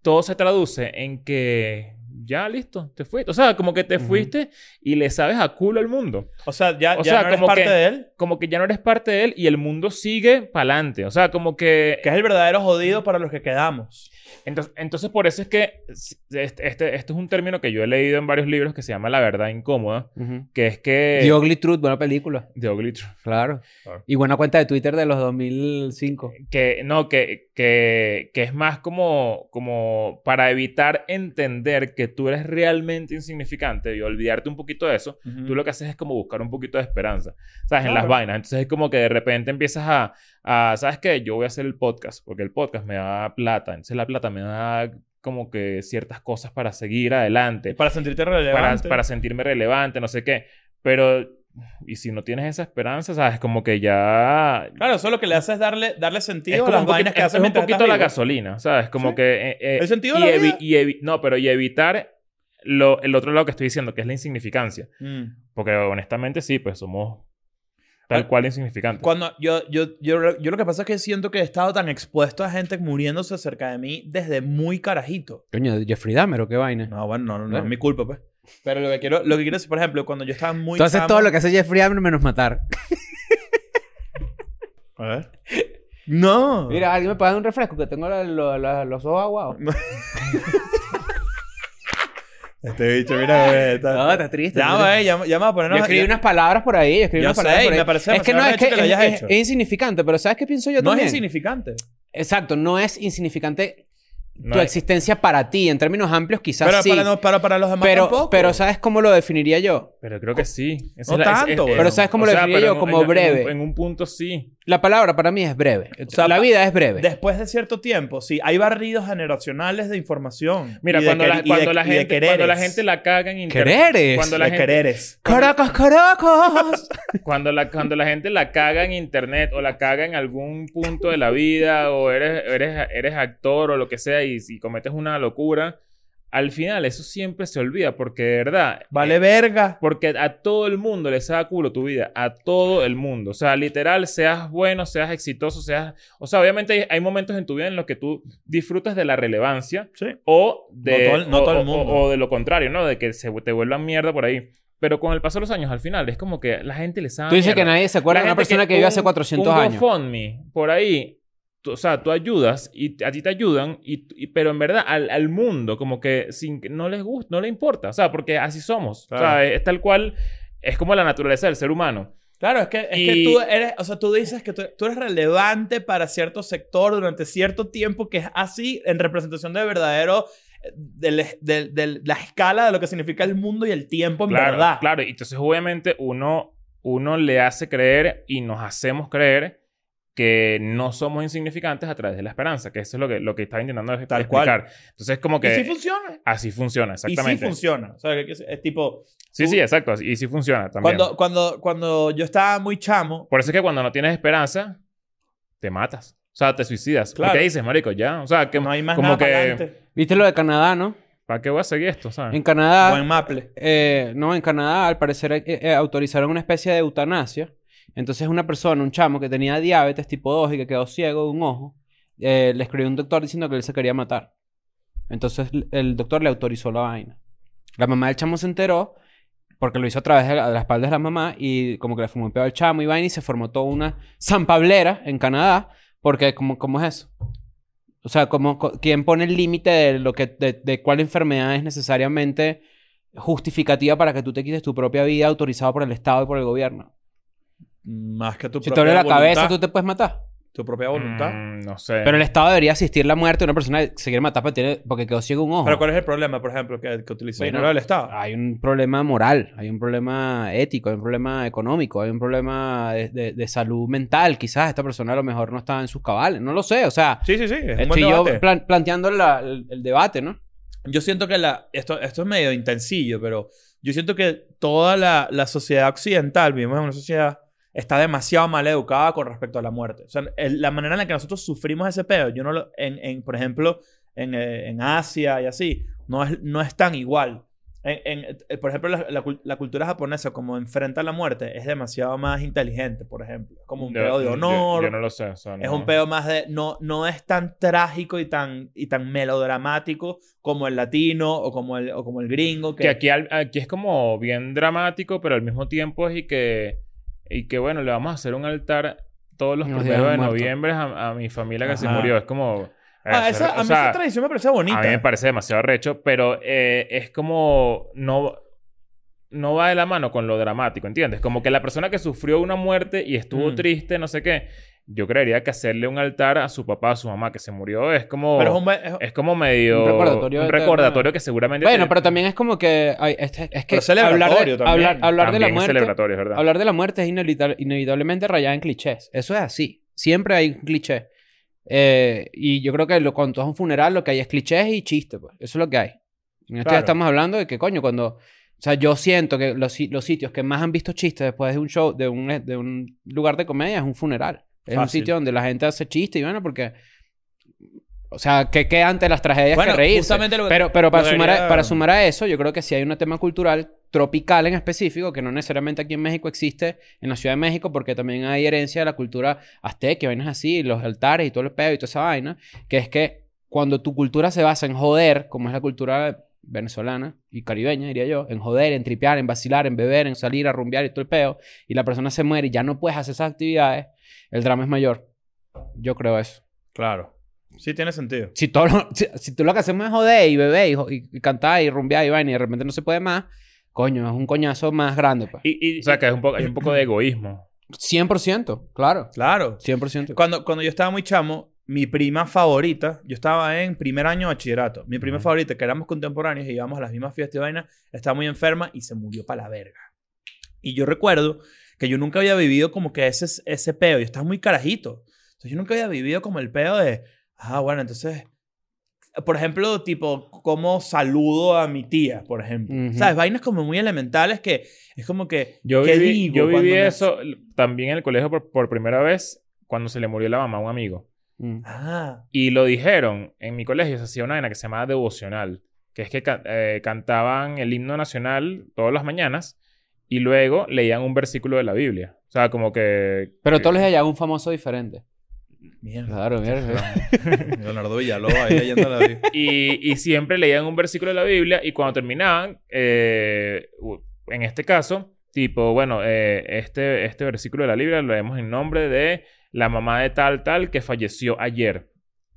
Speaker 3: todo se traduce en que ya listo, te fuiste. O sea, como que te
Speaker 2: Ujú.
Speaker 3: fuiste y le sabes a culo al mundo
Speaker 1: O sea, ya, ya
Speaker 3: O sea,
Speaker 1: no eres
Speaker 3: como
Speaker 1: parte
Speaker 3: que-
Speaker 1: de él.
Speaker 3: como que ya no eres parte de él y el mundo sigue para adelante. O sea, como que...
Speaker 1: Que es el verdadero jodido para los que quedamos.
Speaker 3: Entonces, entonces por eso es que s- este, este, este es un término que yo he leído en varios libros que se llama La verdad incómoda,
Speaker 2: Ujú.
Speaker 3: que es que...
Speaker 2: The Ugly Truth, buena película.
Speaker 3: The Ugly Truth.
Speaker 2: Claro.
Speaker 1: Claro.
Speaker 2: Y buena cuenta de Twitter de los 2005.
Speaker 3: Que no, que, que, que es más como, como para evitar entender que tú eres realmente insignificante y olvidarte un poquito de eso, tú lo que haces es como buscar un poquito de esperanza, ¿sabes? En las
Speaker 1: Claro.
Speaker 3: vainas. Entonces es como que de repente empiezas a, a, ¿sabes qué? Yo voy a hacer el podcast porque el podcast me da plata. Entonces la plata me da como que ciertas cosas para seguir adelante,
Speaker 1: Para sentirte
Speaker 3: para,
Speaker 1: relevante.
Speaker 3: para sentirme relevante, no sé qué. Pero, y si no tienes esa esperanza, ¿sabes? Como que ya...
Speaker 1: Claro, eso lo que le hace es darle, darle
Speaker 3: Es
Speaker 1: sentido a
Speaker 3: como
Speaker 1: las
Speaker 3: un poquito,
Speaker 1: vainas que
Speaker 3: es-
Speaker 1: haces
Speaker 3: es un
Speaker 1: mientras
Speaker 3: poquito
Speaker 1: estás
Speaker 3: la
Speaker 1: vivo.
Speaker 3: gasolina, ¿sabes? Como
Speaker 1: Sí.
Speaker 3: que... eh, eh,
Speaker 1: El sentido de
Speaker 3: y
Speaker 1: la
Speaker 3: evi-
Speaker 1: vida.
Speaker 3: y evi- no, pero y evitar lo, el otro lado que estoy diciendo, que es la insignificancia.
Speaker 1: Mm.
Speaker 3: Porque honestamente sí, pues somos tal
Speaker 1: Ah,
Speaker 3: cual insignificantes.
Speaker 1: Cuando yo, yo, yo, yo lo que pasa es que siento que he estado tan expuesto a gente muriéndose cerca de mí desde muy carajito.
Speaker 2: Coño, Jeffrey Dahmer o qué vaina.
Speaker 1: No, bueno, no, no, no es
Speaker 2: Claro.
Speaker 1: mi culpa, pues. Pero lo que quiero, lo que quiero decir, por ejemplo, cuando yo estaba muy.
Speaker 2: Entonces
Speaker 1: chamo-
Speaker 2: todo lo que hace Jeffrey Dahmer menos matar.
Speaker 1: A ver. No.
Speaker 2: Mira, alguien me paga un refresco que tengo la- lo- la- los ojos aguados.
Speaker 1: Este bicho, mira, güey. está-
Speaker 2: No, está triste.
Speaker 1: Ya,
Speaker 2: está
Speaker 1: güey, ya, ya me voy a poner
Speaker 2: Yo escribí
Speaker 1: ya-
Speaker 2: unas palabras por ahí. Yo escribí
Speaker 1: Yo
Speaker 2: unas palabras
Speaker 1: sé, y
Speaker 2: por ahí.
Speaker 1: me parece
Speaker 2: es que no
Speaker 1: demasiado
Speaker 2: es que,
Speaker 1: arrecho que lo
Speaker 2: es,
Speaker 1: hayas
Speaker 2: es-
Speaker 1: hecho.
Speaker 2: es insignificante, pero ¿sabes qué pienso yo
Speaker 1: No
Speaker 2: también?
Speaker 1: es insignificante.
Speaker 2: Exacto, no es insignificante
Speaker 3: No
Speaker 2: tu
Speaker 3: es-
Speaker 2: existencia para ti. En términos amplios, quizás
Speaker 1: Pero
Speaker 2: sí.
Speaker 1: para, no- para, para los demás
Speaker 2: pero,
Speaker 1: tampoco.
Speaker 2: pero ¿sabes cómo lo definiría yo?
Speaker 3: Pero creo que sí. Esa
Speaker 1: No
Speaker 3: es la- es-
Speaker 1: tanto,
Speaker 3: es-
Speaker 1: güey.
Speaker 2: Pero ¿sabes cómo
Speaker 3: o
Speaker 2: lo
Speaker 3: sea,
Speaker 2: definiría yo?
Speaker 3: pero en-
Speaker 2: Como
Speaker 3: en-
Speaker 2: breve.
Speaker 3: En, un punto sí.
Speaker 2: La palabra para mí es breve.
Speaker 1: sea,
Speaker 2: la
Speaker 1: pa-
Speaker 2: vida es breve.
Speaker 1: Después de cierto tiempo, sí, hay barridos generacionales de información.
Speaker 3: Mira,
Speaker 1: Y de
Speaker 3: cuando,
Speaker 1: quer-
Speaker 3: la,
Speaker 1: y de-
Speaker 3: cuando, la
Speaker 1: y de
Speaker 3: gente,
Speaker 1: quereres.
Speaker 3: cuando la gente la caga en internet.
Speaker 2: Quereres.
Speaker 3: Cuando la,
Speaker 1: De
Speaker 3: gente,
Speaker 1: quereres.
Speaker 2: Caracas, Caracas.
Speaker 3: Ah, cuando, la, cuando la gente la caga en internet o la caga en algún punto de la vida o eres, eres, eres actor o lo que sea y, si cometes una locura, al final eso siempre se olvida porque de verdad...
Speaker 1: Vale verga.
Speaker 3: Porque a todo el mundo les da culo tu vida. A todo el mundo. O sea, literal, seas bueno, seas exitoso, seas... O sea, obviamente hay, hay momentos en tu vida en los que tú disfrutas de la relevancia
Speaker 1: Sí.
Speaker 3: o
Speaker 1: No
Speaker 3: de...
Speaker 1: todo el- no
Speaker 3: o-
Speaker 1: todo el
Speaker 3: o-
Speaker 1: mundo.
Speaker 3: O, de lo contrario, ¿no? De que se te vuelvan mierda por ahí. Pero con el paso de los años, al final, es como que la gente les da
Speaker 2: Tú dices
Speaker 3: mierda.
Speaker 2: que nadie se acuerda
Speaker 3: La
Speaker 2: de una
Speaker 3: gente
Speaker 2: persona que, vivió hace
Speaker 3: un-
Speaker 2: 400
Speaker 3: un
Speaker 2: años.
Speaker 3: GoFundMe, por ahí, tú- o sea, tú ayudas y a ti te ayudan, y, y- pero en verdad al, al mundo como que sin, que- no les gusta, no le importa, o sea, porque así somos, o
Speaker 1: Claro.
Speaker 3: sea, es tal cual, es como la naturaleza del ser humano.
Speaker 1: Claro, es que, es que
Speaker 3: Y-
Speaker 1: tú eres, o sea, tú dices que tú, tú eres relevante para cierto sector durante cierto tiempo que es así en representación de verdadero, eh, del- del- del- la escala de lo que significa el mundo y el tiempo en
Speaker 3: claro,
Speaker 1: verdad.
Speaker 3: Claro, y entonces obviamente uno, uno le hace creer y nos hacemos creer que no somos insignificantes a través de la esperanza, que eso es lo que, lo que estaba intentando
Speaker 1: Tal
Speaker 3: explicar. Entonces, como
Speaker 1: Y
Speaker 3: que
Speaker 1: sí funciona.
Speaker 3: así funciona,
Speaker 1: Y sí
Speaker 3: exactamente.
Speaker 1: funciona. O sea, que- que es, es tipo...
Speaker 3: sí,
Speaker 1: Tú-
Speaker 3: sí, exacto. así- Y sí funciona también.
Speaker 1: Cuando, cuando, cuando yo estaba muy chamo,
Speaker 3: Por eso es que cuando no tienes esperanza, te matas. O sea, te suicidas.
Speaker 1: Claro.
Speaker 3: Porque dices, marico, ya. O sea, que,
Speaker 1: no hay más
Speaker 3: como
Speaker 1: nada
Speaker 3: que,
Speaker 1: para adelante.
Speaker 2: Viste lo de Canadá, ¿no?
Speaker 3: ¿para qué voy a seguir esto? ¿Sabes?
Speaker 2: En
Speaker 3: Ah.
Speaker 2: Canadá...
Speaker 1: O en Maple.
Speaker 2: Eh, no, en Canadá al parecer eh, eh, autorizaron una especie de eutanasia. Entonces una persona, un chamo que tenía diabetes tipo 2 y que quedó ciego de un ojo, eh, le escribió a un doctor diciendo que él se quería matar. Entonces l- el doctor le autorizó la vaina. La mamá del chamo se enteró porque lo hizo a través de la, de la espalda de la mamá y como que le fumó un pedo al chamo y vaina y se formó toda una zampablera en Canadá porque como cómo es eso? O sea, como quién pone el límite de lo que de, de cuál enfermedad es necesariamente justificativa para que tú te quites tu propia vida autorizado por el Estado y por el gobierno.
Speaker 1: Más que tu
Speaker 2: Si te
Speaker 1: propia
Speaker 2: duele la
Speaker 1: voluntad. Eh.
Speaker 2: cabeza, tú te puedes matar.
Speaker 1: Tu propia voluntad.
Speaker 3: Mm, no sé.
Speaker 2: Pero el Estado debería asistir la muerte de una persona que se quiere matar porque, pues, tiene- porque quedó ciego un ojo.
Speaker 1: Pero ¿cuál es el problema, por ejemplo, que, que utiliza
Speaker 2: Bueno,
Speaker 1: dinero del Estado?
Speaker 2: Hay un problema moral, hay un problema ético, hay un problema económico, hay un problema de, de- de salud mental. Quizás esta persona a lo mejor no está en sus cabales, no lo sé. O sea,
Speaker 1: sí, sí, sí. Es un buen
Speaker 2: estoy Este, yo
Speaker 1: debate.
Speaker 2: plan- planteando la- el, el debate, ¿no?
Speaker 1: Yo siento que la. Esto, esto es medio intensillo, pero yo siento que toda la, la sociedad occidental, vivimos en una sociedad, está demasiado mal educada con respecto a la muerte. O sea, el- la manera en la que nosotros sufrimos ese pedo, yo no lo. En, en, por ejemplo, en, eh, en Asia y así, no es, no es tan igual. En, en- eh, por ejemplo, la, la cul- la cultura japonesa, como enfrenta la muerte, es demasiado más inteligente, por ejemplo. Como un
Speaker 3: Yo-
Speaker 1: pedo de
Speaker 3: yo-
Speaker 1: honor.
Speaker 3: Yo, no lo sé. o sea,
Speaker 1: Es
Speaker 3: no-
Speaker 1: un pedo más de. No, no es tan trágico y tan, y tan melodramático como el latino o como el, o como el gringo. Que,
Speaker 3: Que aquí, al- aquí es como bien dramático, pero al mismo tiempo es y que, y que bueno, le vamos a hacer un altar todos los
Speaker 2: Los días
Speaker 3: primeros de
Speaker 2: muertos.
Speaker 3: noviembre a, a mi familia que se
Speaker 1: Ajá.
Speaker 3: murió. Es como...
Speaker 1: Ah,
Speaker 3: eso-
Speaker 1: esa-
Speaker 3: o
Speaker 1: a mí
Speaker 3: sea,
Speaker 1: esa tradición me parecía bonita.
Speaker 3: A mí me parece demasiado recho, pero eh, es como no, no va de la mano con lo dramático, ¿entiendes? Como que la persona que sufrió una muerte y estuvo
Speaker 1: Mm.
Speaker 3: triste, no sé qué, yo creería que hacerle un altar a su papá, a su mamá que se murió, es como...
Speaker 1: Pero es
Speaker 3: es,
Speaker 1: un buen- es-
Speaker 3: como medio...
Speaker 2: Un recordatorio
Speaker 3: un
Speaker 2: eterno.
Speaker 3: recordatorio que seguramente...
Speaker 2: Bueno,
Speaker 3: te-
Speaker 2: pero también es como que... ay, es, es que
Speaker 1: Pero celebratorio
Speaker 2: hablar de,
Speaker 1: también.
Speaker 2: hablar- hablar de la
Speaker 3: también es
Speaker 2: muerte...
Speaker 3: celebratorio, es ¿verdad?
Speaker 2: Hablar de la muerte es inevita- inevitablemente rayada en clichés. Eso es así. Siempre hay un cliché. Eh, y yo creo que lo, cuando tú vas a un funeral, lo que hay es clichés y chistes. Pues. Eso es lo que hay. En esto ya
Speaker 3: Claro.
Speaker 2: estamos hablando de que, coño, cuando. O sea, yo siento que los, si- los sitios que más han visto chistes después de un show, de un, de un lugar de comedia, es un funeral. Es un
Speaker 1: Fácil.
Speaker 2: sitio donde la gente hace chistes y bueno, porque. O sea, que queda ante las tragedias
Speaker 1: bueno,
Speaker 2: que reírse.
Speaker 1: justamente lo que-
Speaker 2: Pero, pero para,
Speaker 1: lo
Speaker 2: sumar a,
Speaker 1: debería-
Speaker 2: para sumar a eso, yo creo que sí hay un tema cultural tropical en específico, que no necesariamente aquí en México existe, en la Ciudad de México, porque también hay herencia de la cultura azteca, y vainas así, y los altares y todo el pedo y toda esa vaina, que es que cuando tu cultura se basa en joder, como es la cultura venezolana y caribeña, diría yo, en joder, en tripear, en vacilar, en beber, en salir a rumbear y todo el pedo, y la persona se muere y ya no puedes hacer esas actividades, el drama es mayor. Yo creo eso.
Speaker 1: Claro. Sí, tiene sentido.
Speaker 2: Si, todo lo- si, si tú lo que hacemos es joder y beber y, jo- y- y cantar y rumbear y vaina y de repente no se puede más, coño, es un coñazo más grande. Pues.
Speaker 1: Y, y-
Speaker 3: O sea, que es un poco, hay un poco de egoísmo.
Speaker 2: 100%, claro.
Speaker 1: claro.
Speaker 2: 100%.
Speaker 1: Cuando, cuando yo estaba muy chamo, mi prima favorita, yo estaba en primer año de bachillerato. Mi prima
Speaker 3: Ujú.
Speaker 1: favorita, que éramos contemporáneos y íbamos a las mismas fiestas y vaina, estaba muy enferma y se murió para la verga. Y yo recuerdo que yo nunca había vivido como que ese, ese peo. Yo estaba muy carajito. Entonces yo nunca había vivido como el peo de, ah, bueno, entonces, por ejemplo, tipo, cómo saludo a mi tía, por ejemplo.
Speaker 2: Ujú.
Speaker 1: ¿Sabes? Vainas como muy elementales que es como que,
Speaker 3: Yo
Speaker 1: ¿qué
Speaker 3: viví,
Speaker 1: digo
Speaker 3: yo viví
Speaker 1: cuando me-
Speaker 3: eso l- también en el colegio por, por primera vez cuando se le murió la mamá a un amigo.
Speaker 2: Mm.
Speaker 1: Ah,
Speaker 3: Y lo dijeron en mi colegio, se hacía una vaina que se llamaba devocional, que es que ca- eh, cantaban el himno nacional todas las mañanas y luego leían un versículo de la Biblia. O sea, como que...
Speaker 2: Pero todos les allá un famoso diferente.
Speaker 1: mierda.
Speaker 2: Claro, mira.
Speaker 1: Leonardo Villalobos ahí leyendo la Biblia.
Speaker 3: Y, y siempre leían un versículo de la Biblia y cuando terminaban, eh, u- en este caso, tipo, bueno, eh, este, este versículo de la Biblia lo leemos en nombre de la mamá de tal, tal, que falleció ayer.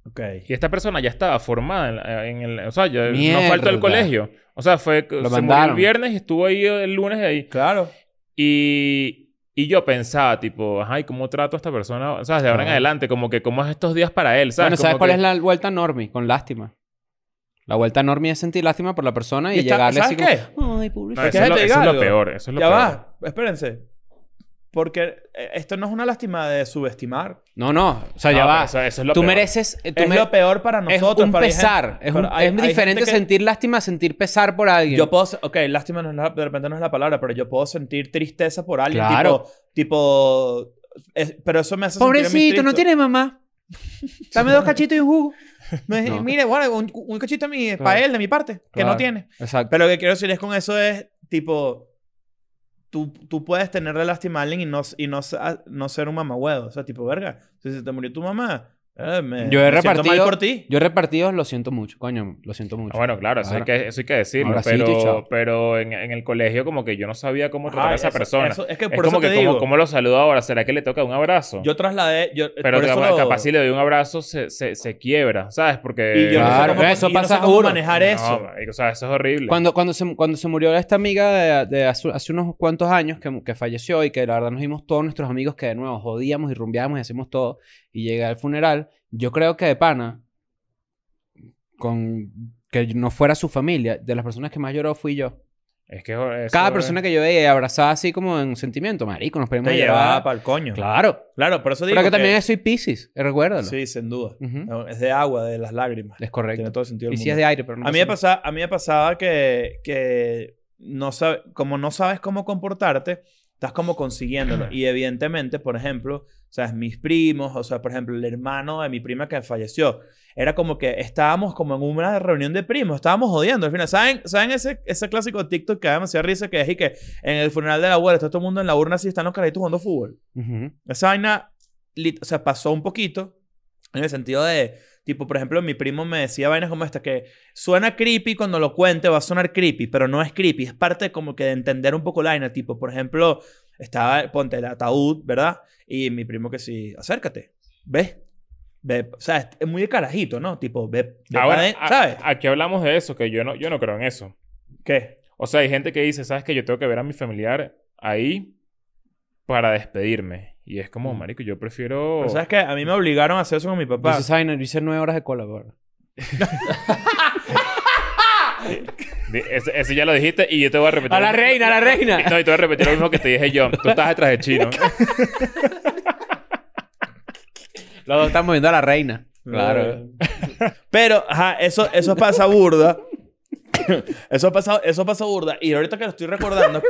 Speaker 1: Ok.
Speaker 3: Y esta persona ya estaba formada en, la- en el... O sea, ya no
Speaker 2: Mierda.
Speaker 3: faltó al colegio. O sea, fue... se murió el
Speaker 2: mandaron.
Speaker 3: viernes y estuvo ahí el lunes y ahí.
Speaker 1: Claro.
Speaker 3: Y, y yo pensaba, tipo, ay, ¿cómo trato a esta persona? O sea, de ahora en
Speaker 2: Ajá.
Speaker 3: adelante, como que cómo es estos días para él, ¿sabes?
Speaker 2: Bueno, ¿sabes
Speaker 3: Como
Speaker 2: cuál
Speaker 3: que-
Speaker 2: es la vuelta normie? Con lástima. La vuelta normie es sentir lástima por la persona y,
Speaker 1: Y está-
Speaker 2: llegarle
Speaker 1: ¿sabes
Speaker 2: así como... Ay,
Speaker 3: No,
Speaker 2: pobrecito.
Speaker 1: Porque
Speaker 3: eso es, lo,
Speaker 1: déjate
Speaker 3: eso es lo
Speaker 1: llegarlo.
Speaker 3: peor. Eso es lo
Speaker 1: Ya
Speaker 3: peor.
Speaker 1: va, espérense. Porque eh, esto no es una lástima de subestimar.
Speaker 2: No, no. O sea, ya
Speaker 3: No,
Speaker 2: va.
Speaker 3: pero Eso, eso es lo
Speaker 2: tú
Speaker 3: peor.
Speaker 2: mereces... eh, tú
Speaker 1: es
Speaker 2: mere-
Speaker 1: lo peor para
Speaker 2: es
Speaker 1: nosotros.
Speaker 2: un
Speaker 1: para hay
Speaker 2: pesar.
Speaker 1: gente-
Speaker 2: Es, un-
Speaker 1: pero hay-
Speaker 2: es
Speaker 1: hay
Speaker 2: diferente
Speaker 1: gente que-
Speaker 2: sentir lástima a sentir pesar por alguien.
Speaker 1: Yo puedo, se- ok, lástima no es la- de repente no es la palabra, pero yo puedo sentir tristeza por alguien.
Speaker 2: Claro.
Speaker 1: Tipo, tipo es- pero eso me hace sentir a mí
Speaker 2: Pobrecito, no
Speaker 1: triste.
Speaker 2: tiene mamá. Dame dos cachitos y un jugo.
Speaker 1: Me dije,
Speaker 2: No.
Speaker 1: Mire, bueno, un, un cachito a mí, para
Speaker 2: Claro.
Speaker 1: él, de mi parte, que
Speaker 2: Claro.
Speaker 1: no tiene.
Speaker 2: Exacto.
Speaker 1: Pero lo que quiero decir es con eso es, tipo, tú, tú puedes tenerle lástima a alguien y no, y no, sa- no ser un mamahuevo. O sea, tipo, verga, si se te murió tu mamá, eh, me,
Speaker 2: Yo he
Speaker 1: me siento
Speaker 2: repartido-
Speaker 1: mal por ti.
Speaker 2: Yo repartidos lo siento mucho, coño. Lo siento mucho.
Speaker 3: Ah, bueno, claro, eso,
Speaker 2: Claro.
Speaker 3: Hay que, eso hay que decirlo.
Speaker 2: Ahora sí,
Speaker 3: pero
Speaker 2: chao.
Speaker 3: pero en, en el colegio, como que yo no sabía cómo tratar
Speaker 1: Ajá,
Speaker 3: a esa
Speaker 1: eso-
Speaker 3: persona.
Speaker 1: eso- es que
Speaker 3: es
Speaker 1: por eso
Speaker 3: como
Speaker 1: te
Speaker 3: que, ¿cómo,
Speaker 1: digo.
Speaker 3: ¿cómo lo saludo ahora? ¿Será que le toca un abrazo?
Speaker 1: Yo trasladé. Yo,
Speaker 3: pero
Speaker 1: Eh, por eso
Speaker 3: capaz,
Speaker 1: lo-
Speaker 3: capaz si le doy un abrazo, se, se, se quiebra, ¿sabes? Porque.
Speaker 1: Y yo
Speaker 2: Claro,
Speaker 1: no sé cómo,
Speaker 2: eso
Speaker 1: y yo no sé
Speaker 2: pasa
Speaker 1: cómo
Speaker 2: duro.
Speaker 1: manejar eso.
Speaker 3: No, marico, o sea, eso es horrible.
Speaker 2: Cuando, cuando, se, cuando se murió esta amiga de, de hace, hace unos cuantos años que, que falleció y que la verdad nos dimos todos nuestros amigos que de nuevo jodíamos y rumbeábamos y hacíamos todo y llegué al funeral, yo creo que de pana, con que no fuera su familia, de las personas que más lloró fui yo.
Speaker 3: Es que eso
Speaker 2: Cada
Speaker 3: es-
Speaker 2: persona que yo veía y abrazaba así como en un sentimiento, marico, nos podíamos
Speaker 1: Te llevaba
Speaker 2: llevar.
Speaker 1: para el coño. Claro.
Speaker 2: Claro.
Speaker 1: por eso digo.
Speaker 2: Pero que también soy Pisces, recuérdalo.
Speaker 1: Sí, sin duda.
Speaker 2: Ujú.
Speaker 1: No, es de agua, de las lágrimas.
Speaker 2: Es
Speaker 1: Tiene
Speaker 2: correcto.
Speaker 1: todo el sentido. del
Speaker 2: Pisces es
Speaker 1: mundo.
Speaker 2: de aire, pero no
Speaker 1: a, mí me
Speaker 2: pasa nada.
Speaker 1: pasaba, a mí me pasaba que, que no sabe, como no sabes cómo comportarte, estás como consiguiéndolo. Y evidentemente, por ejemplo, sabes, mis primos, o sea, por ejemplo, el hermano de mi prima que falleció, era como que estábamos como en una reunión de primos, estábamos jodiendo. Al final, ¿saben, ¿saben ese, ese clásico TikTok que da demasiada risa que es y que en el funeral de la abuela está todo el mundo en la urna así, están los carajitos jugando fútbol?
Speaker 2: Ujú.
Speaker 1: Esa vaina, lit- o sea, pasó un poquito en el sentido de, tipo, por ejemplo, mi primo me decía vainas como esta, que suena creepy cuando lo cuente, va a sonar creepy, pero no es creepy, es parte como que de entender un poco la vaina, tipo, por ejemplo, estaba, ponte el ataúd, ¿verdad? Y mi primo que sí, acércate, ¿ves? Ve, o sea, es- es muy de carajito, ¿no? Tipo, ve, ve
Speaker 3: Ahora,
Speaker 1: pa' adentro,
Speaker 3: Ah, a-
Speaker 1: ¿sabes?
Speaker 3: Aquí hablamos de eso, que yo no, yo no creo en eso.
Speaker 1: ¿Qué?
Speaker 3: O sea, hay gente que dice, ¿sabes que Yo tengo que ver a mi familiar ahí para despedirme. Y es como, marico, yo prefiero...
Speaker 1: Mm. Pero, ¿Sabes qué? A mí me obligaron a hacer eso con mi papá.
Speaker 2: Entonces, ¿saben? Yo hice nueve horas de cola, bro.
Speaker 3: Di- Ese, ese ya lo dijiste y yo te voy a repetir...
Speaker 2: A la reina, a la reina.
Speaker 3: No, y te voy a repetir lo mismo que te dije yo. Tú estás detrás de chino.
Speaker 2: Los dos estamos viendo a la reina.
Speaker 1: Claro. Pero, ajá, eso, eso pasa burda. Eso pasa, eso pasa burda. Y ahorita que lo estoy recordando.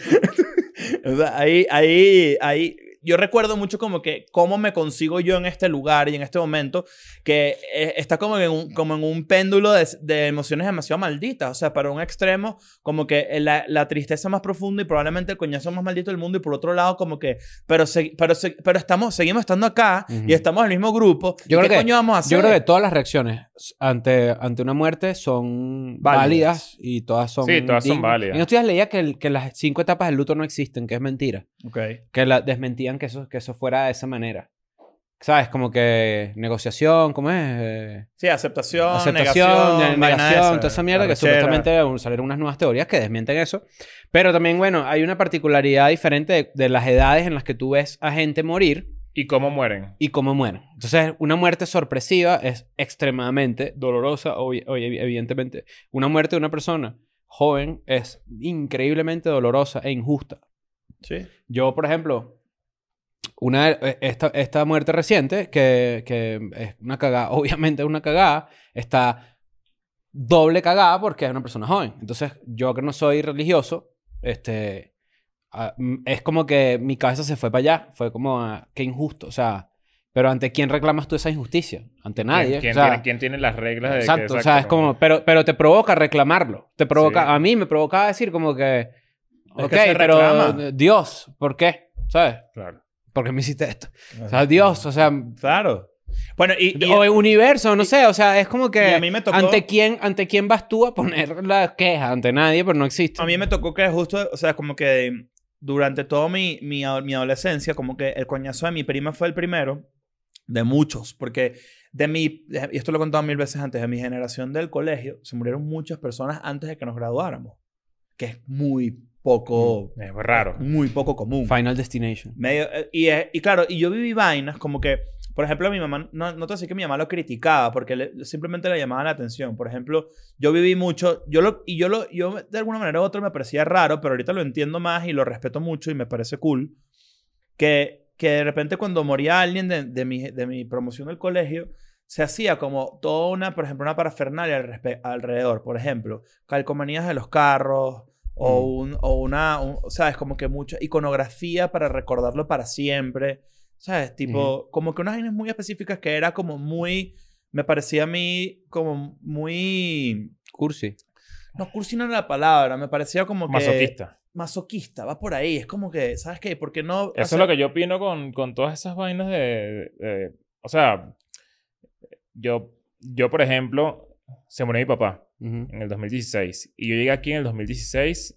Speaker 1: o sea, ahí, ahí, ahí. Yo recuerdo mucho como que cómo me consigo yo en este lugar y en este momento que eh, está como en un, como en un péndulo de, de emociones demasiado malditas. O sea, para un extremo, como que eh, la, la tristeza más profunda y probablemente el coñazo más maldito del mundo. Y por otro lado, como que, pero, se- pero, se- pero estamos, seguimos estando acá
Speaker 2: Ujú.
Speaker 1: y estamos en el mismo grupo.
Speaker 2: Yo
Speaker 1: ¿Y
Speaker 2: creo
Speaker 1: ¿Qué
Speaker 2: que-
Speaker 1: coño vamos a hacer?
Speaker 2: Yo creo que todas las reacciones ante, ante una muerte son válidas.
Speaker 1: Válidas.
Speaker 2: y todas son.
Speaker 3: Sí, todas son
Speaker 2: dignas.
Speaker 3: válidas.
Speaker 2: En estos días leía que, el- que las cinco etapas del luto no existen, que es mentira.
Speaker 1: Ok.
Speaker 2: Que la, desmentían que eso, que eso fuera de esa manera. ¿Sabes? Como que negociación, ¿cómo es? Eh,
Speaker 1: Sí, aceptación,
Speaker 2: aceptación,
Speaker 1: negación,
Speaker 2: negación,
Speaker 1: vaina
Speaker 2: toda esa mierda que
Speaker 1: arrechera.
Speaker 2: supuestamente uh, salieron unas nuevas teorías que desmienten eso. Pero también, bueno, hay una particularidad diferente de, de las edades en las que tú ves a gente morir
Speaker 3: ¿Y cómo mueren?
Speaker 2: y cómo mueren. Entonces, una muerte sorpresiva es extremadamente dolorosa. Oye, evidentemente, una muerte de una persona joven es increíblemente dolorosa e injusta.
Speaker 1: Sí.
Speaker 2: Yo, por ejemplo, una, de- esta, esta muerte reciente, que, que es una cagada, obviamente es una cagada, está doble cagada porque es una persona joven. Entonces, yo que no soy religioso, este, ah, mm, es como que mi cabeza se fue para allá. Fue como, ah, qué injusto. O sea, pero ¿ante quién reclamas tú esa injusticia? Ante nadie.
Speaker 3: ¿Quién, quién
Speaker 2: o sea,
Speaker 3: tiene, quién tiene las reglas de que-
Speaker 2: Exacto, o sea, es como, pero, pero te provoca reclamarlo. Te provoca,
Speaker 3: Sí.
Speaker 2: a mí me provocaba decir como que,
Speaker 1: que
Speaker 2: ok,
Speaker 1: se
Speaker 2: pero
Speaker 1: reclama.
Speaker 2: Dios, ¿por qué? ¿Sabes?
Speaker 3: Claro.
Speaker 2: ¿Por qué me hiciste esto? O sea, Dios, o sea,
Speaker 1: Claro. Bueno, y, y-
Speaker 2: o el universo, no sé, o sea, es como que
Speaker 1: y a mí me tocó-
Speaker 2: ante quién ante quién vas tú a poner la queja, ante nadie, pero no existe.
Speaker 1: a mí me tocó que justo, o sea, como que durante toda mi, mi, ado- mi adolescencia, como que el coñazo de mi prima fue el primero de muchos, porque de mi, de- y esto lo he contado mil veces antes, de mi generación del colegio, se murieron muchas personas antes de que nos graduáramos, que es muy poco,
Speaker 3: Es raro.
Speaker 1: muy poco común.
Speaker 2: Final Destination.
Speaker 1: Medio- eh, y, es- y claro, y yo viví vainas como que, por ejemplo, mi mamá, no, no te sé que mi mamá lo criticaba porque le- simplemente le llamaba la atención. Por ejemplo, yo viví mucho, yo lo, y yo lo, yo de alguna manera u otra me parecía raro, pero ahorita lo entiendo más y lo respeto mucho y me parece cool. Que, que de repente cuando moría alguien de, de mi, de mi promoción del colegio, se hacía como toda una, por ejemplo, una parafernalia al respe- alrededor. Por ejemplo, calcomanías de los carros o,
Speaker 3: Mm.
Speaker 1: un, o una, un- ¿sabes? Como que mucha iconografía para recordarlo para siempre. ¿Sabes? Tipo, como que unas líneas muy específicas que era como muy, me parecía a mí como muy...
Speaker 2: Cursi.
Speaker 1: No, cursi no era la palabra, me parecía como que...
Speaker 3: Masoquista.
Speaker 1: Masoquista, va por ahí. Es como que, ¿sabes qué? ¿Por qué no...?
Speaker 3: Eso
Speaker 1: hacer-
Speaker 3: es lo que yo opino con, con todas esas vainas de, de- O sea, yo, yo, por ejemplo, se murió mi papá
Speaker 2: Ujú.
Speaker 3: en el 2016. Y yo llegué aquí en el 2016.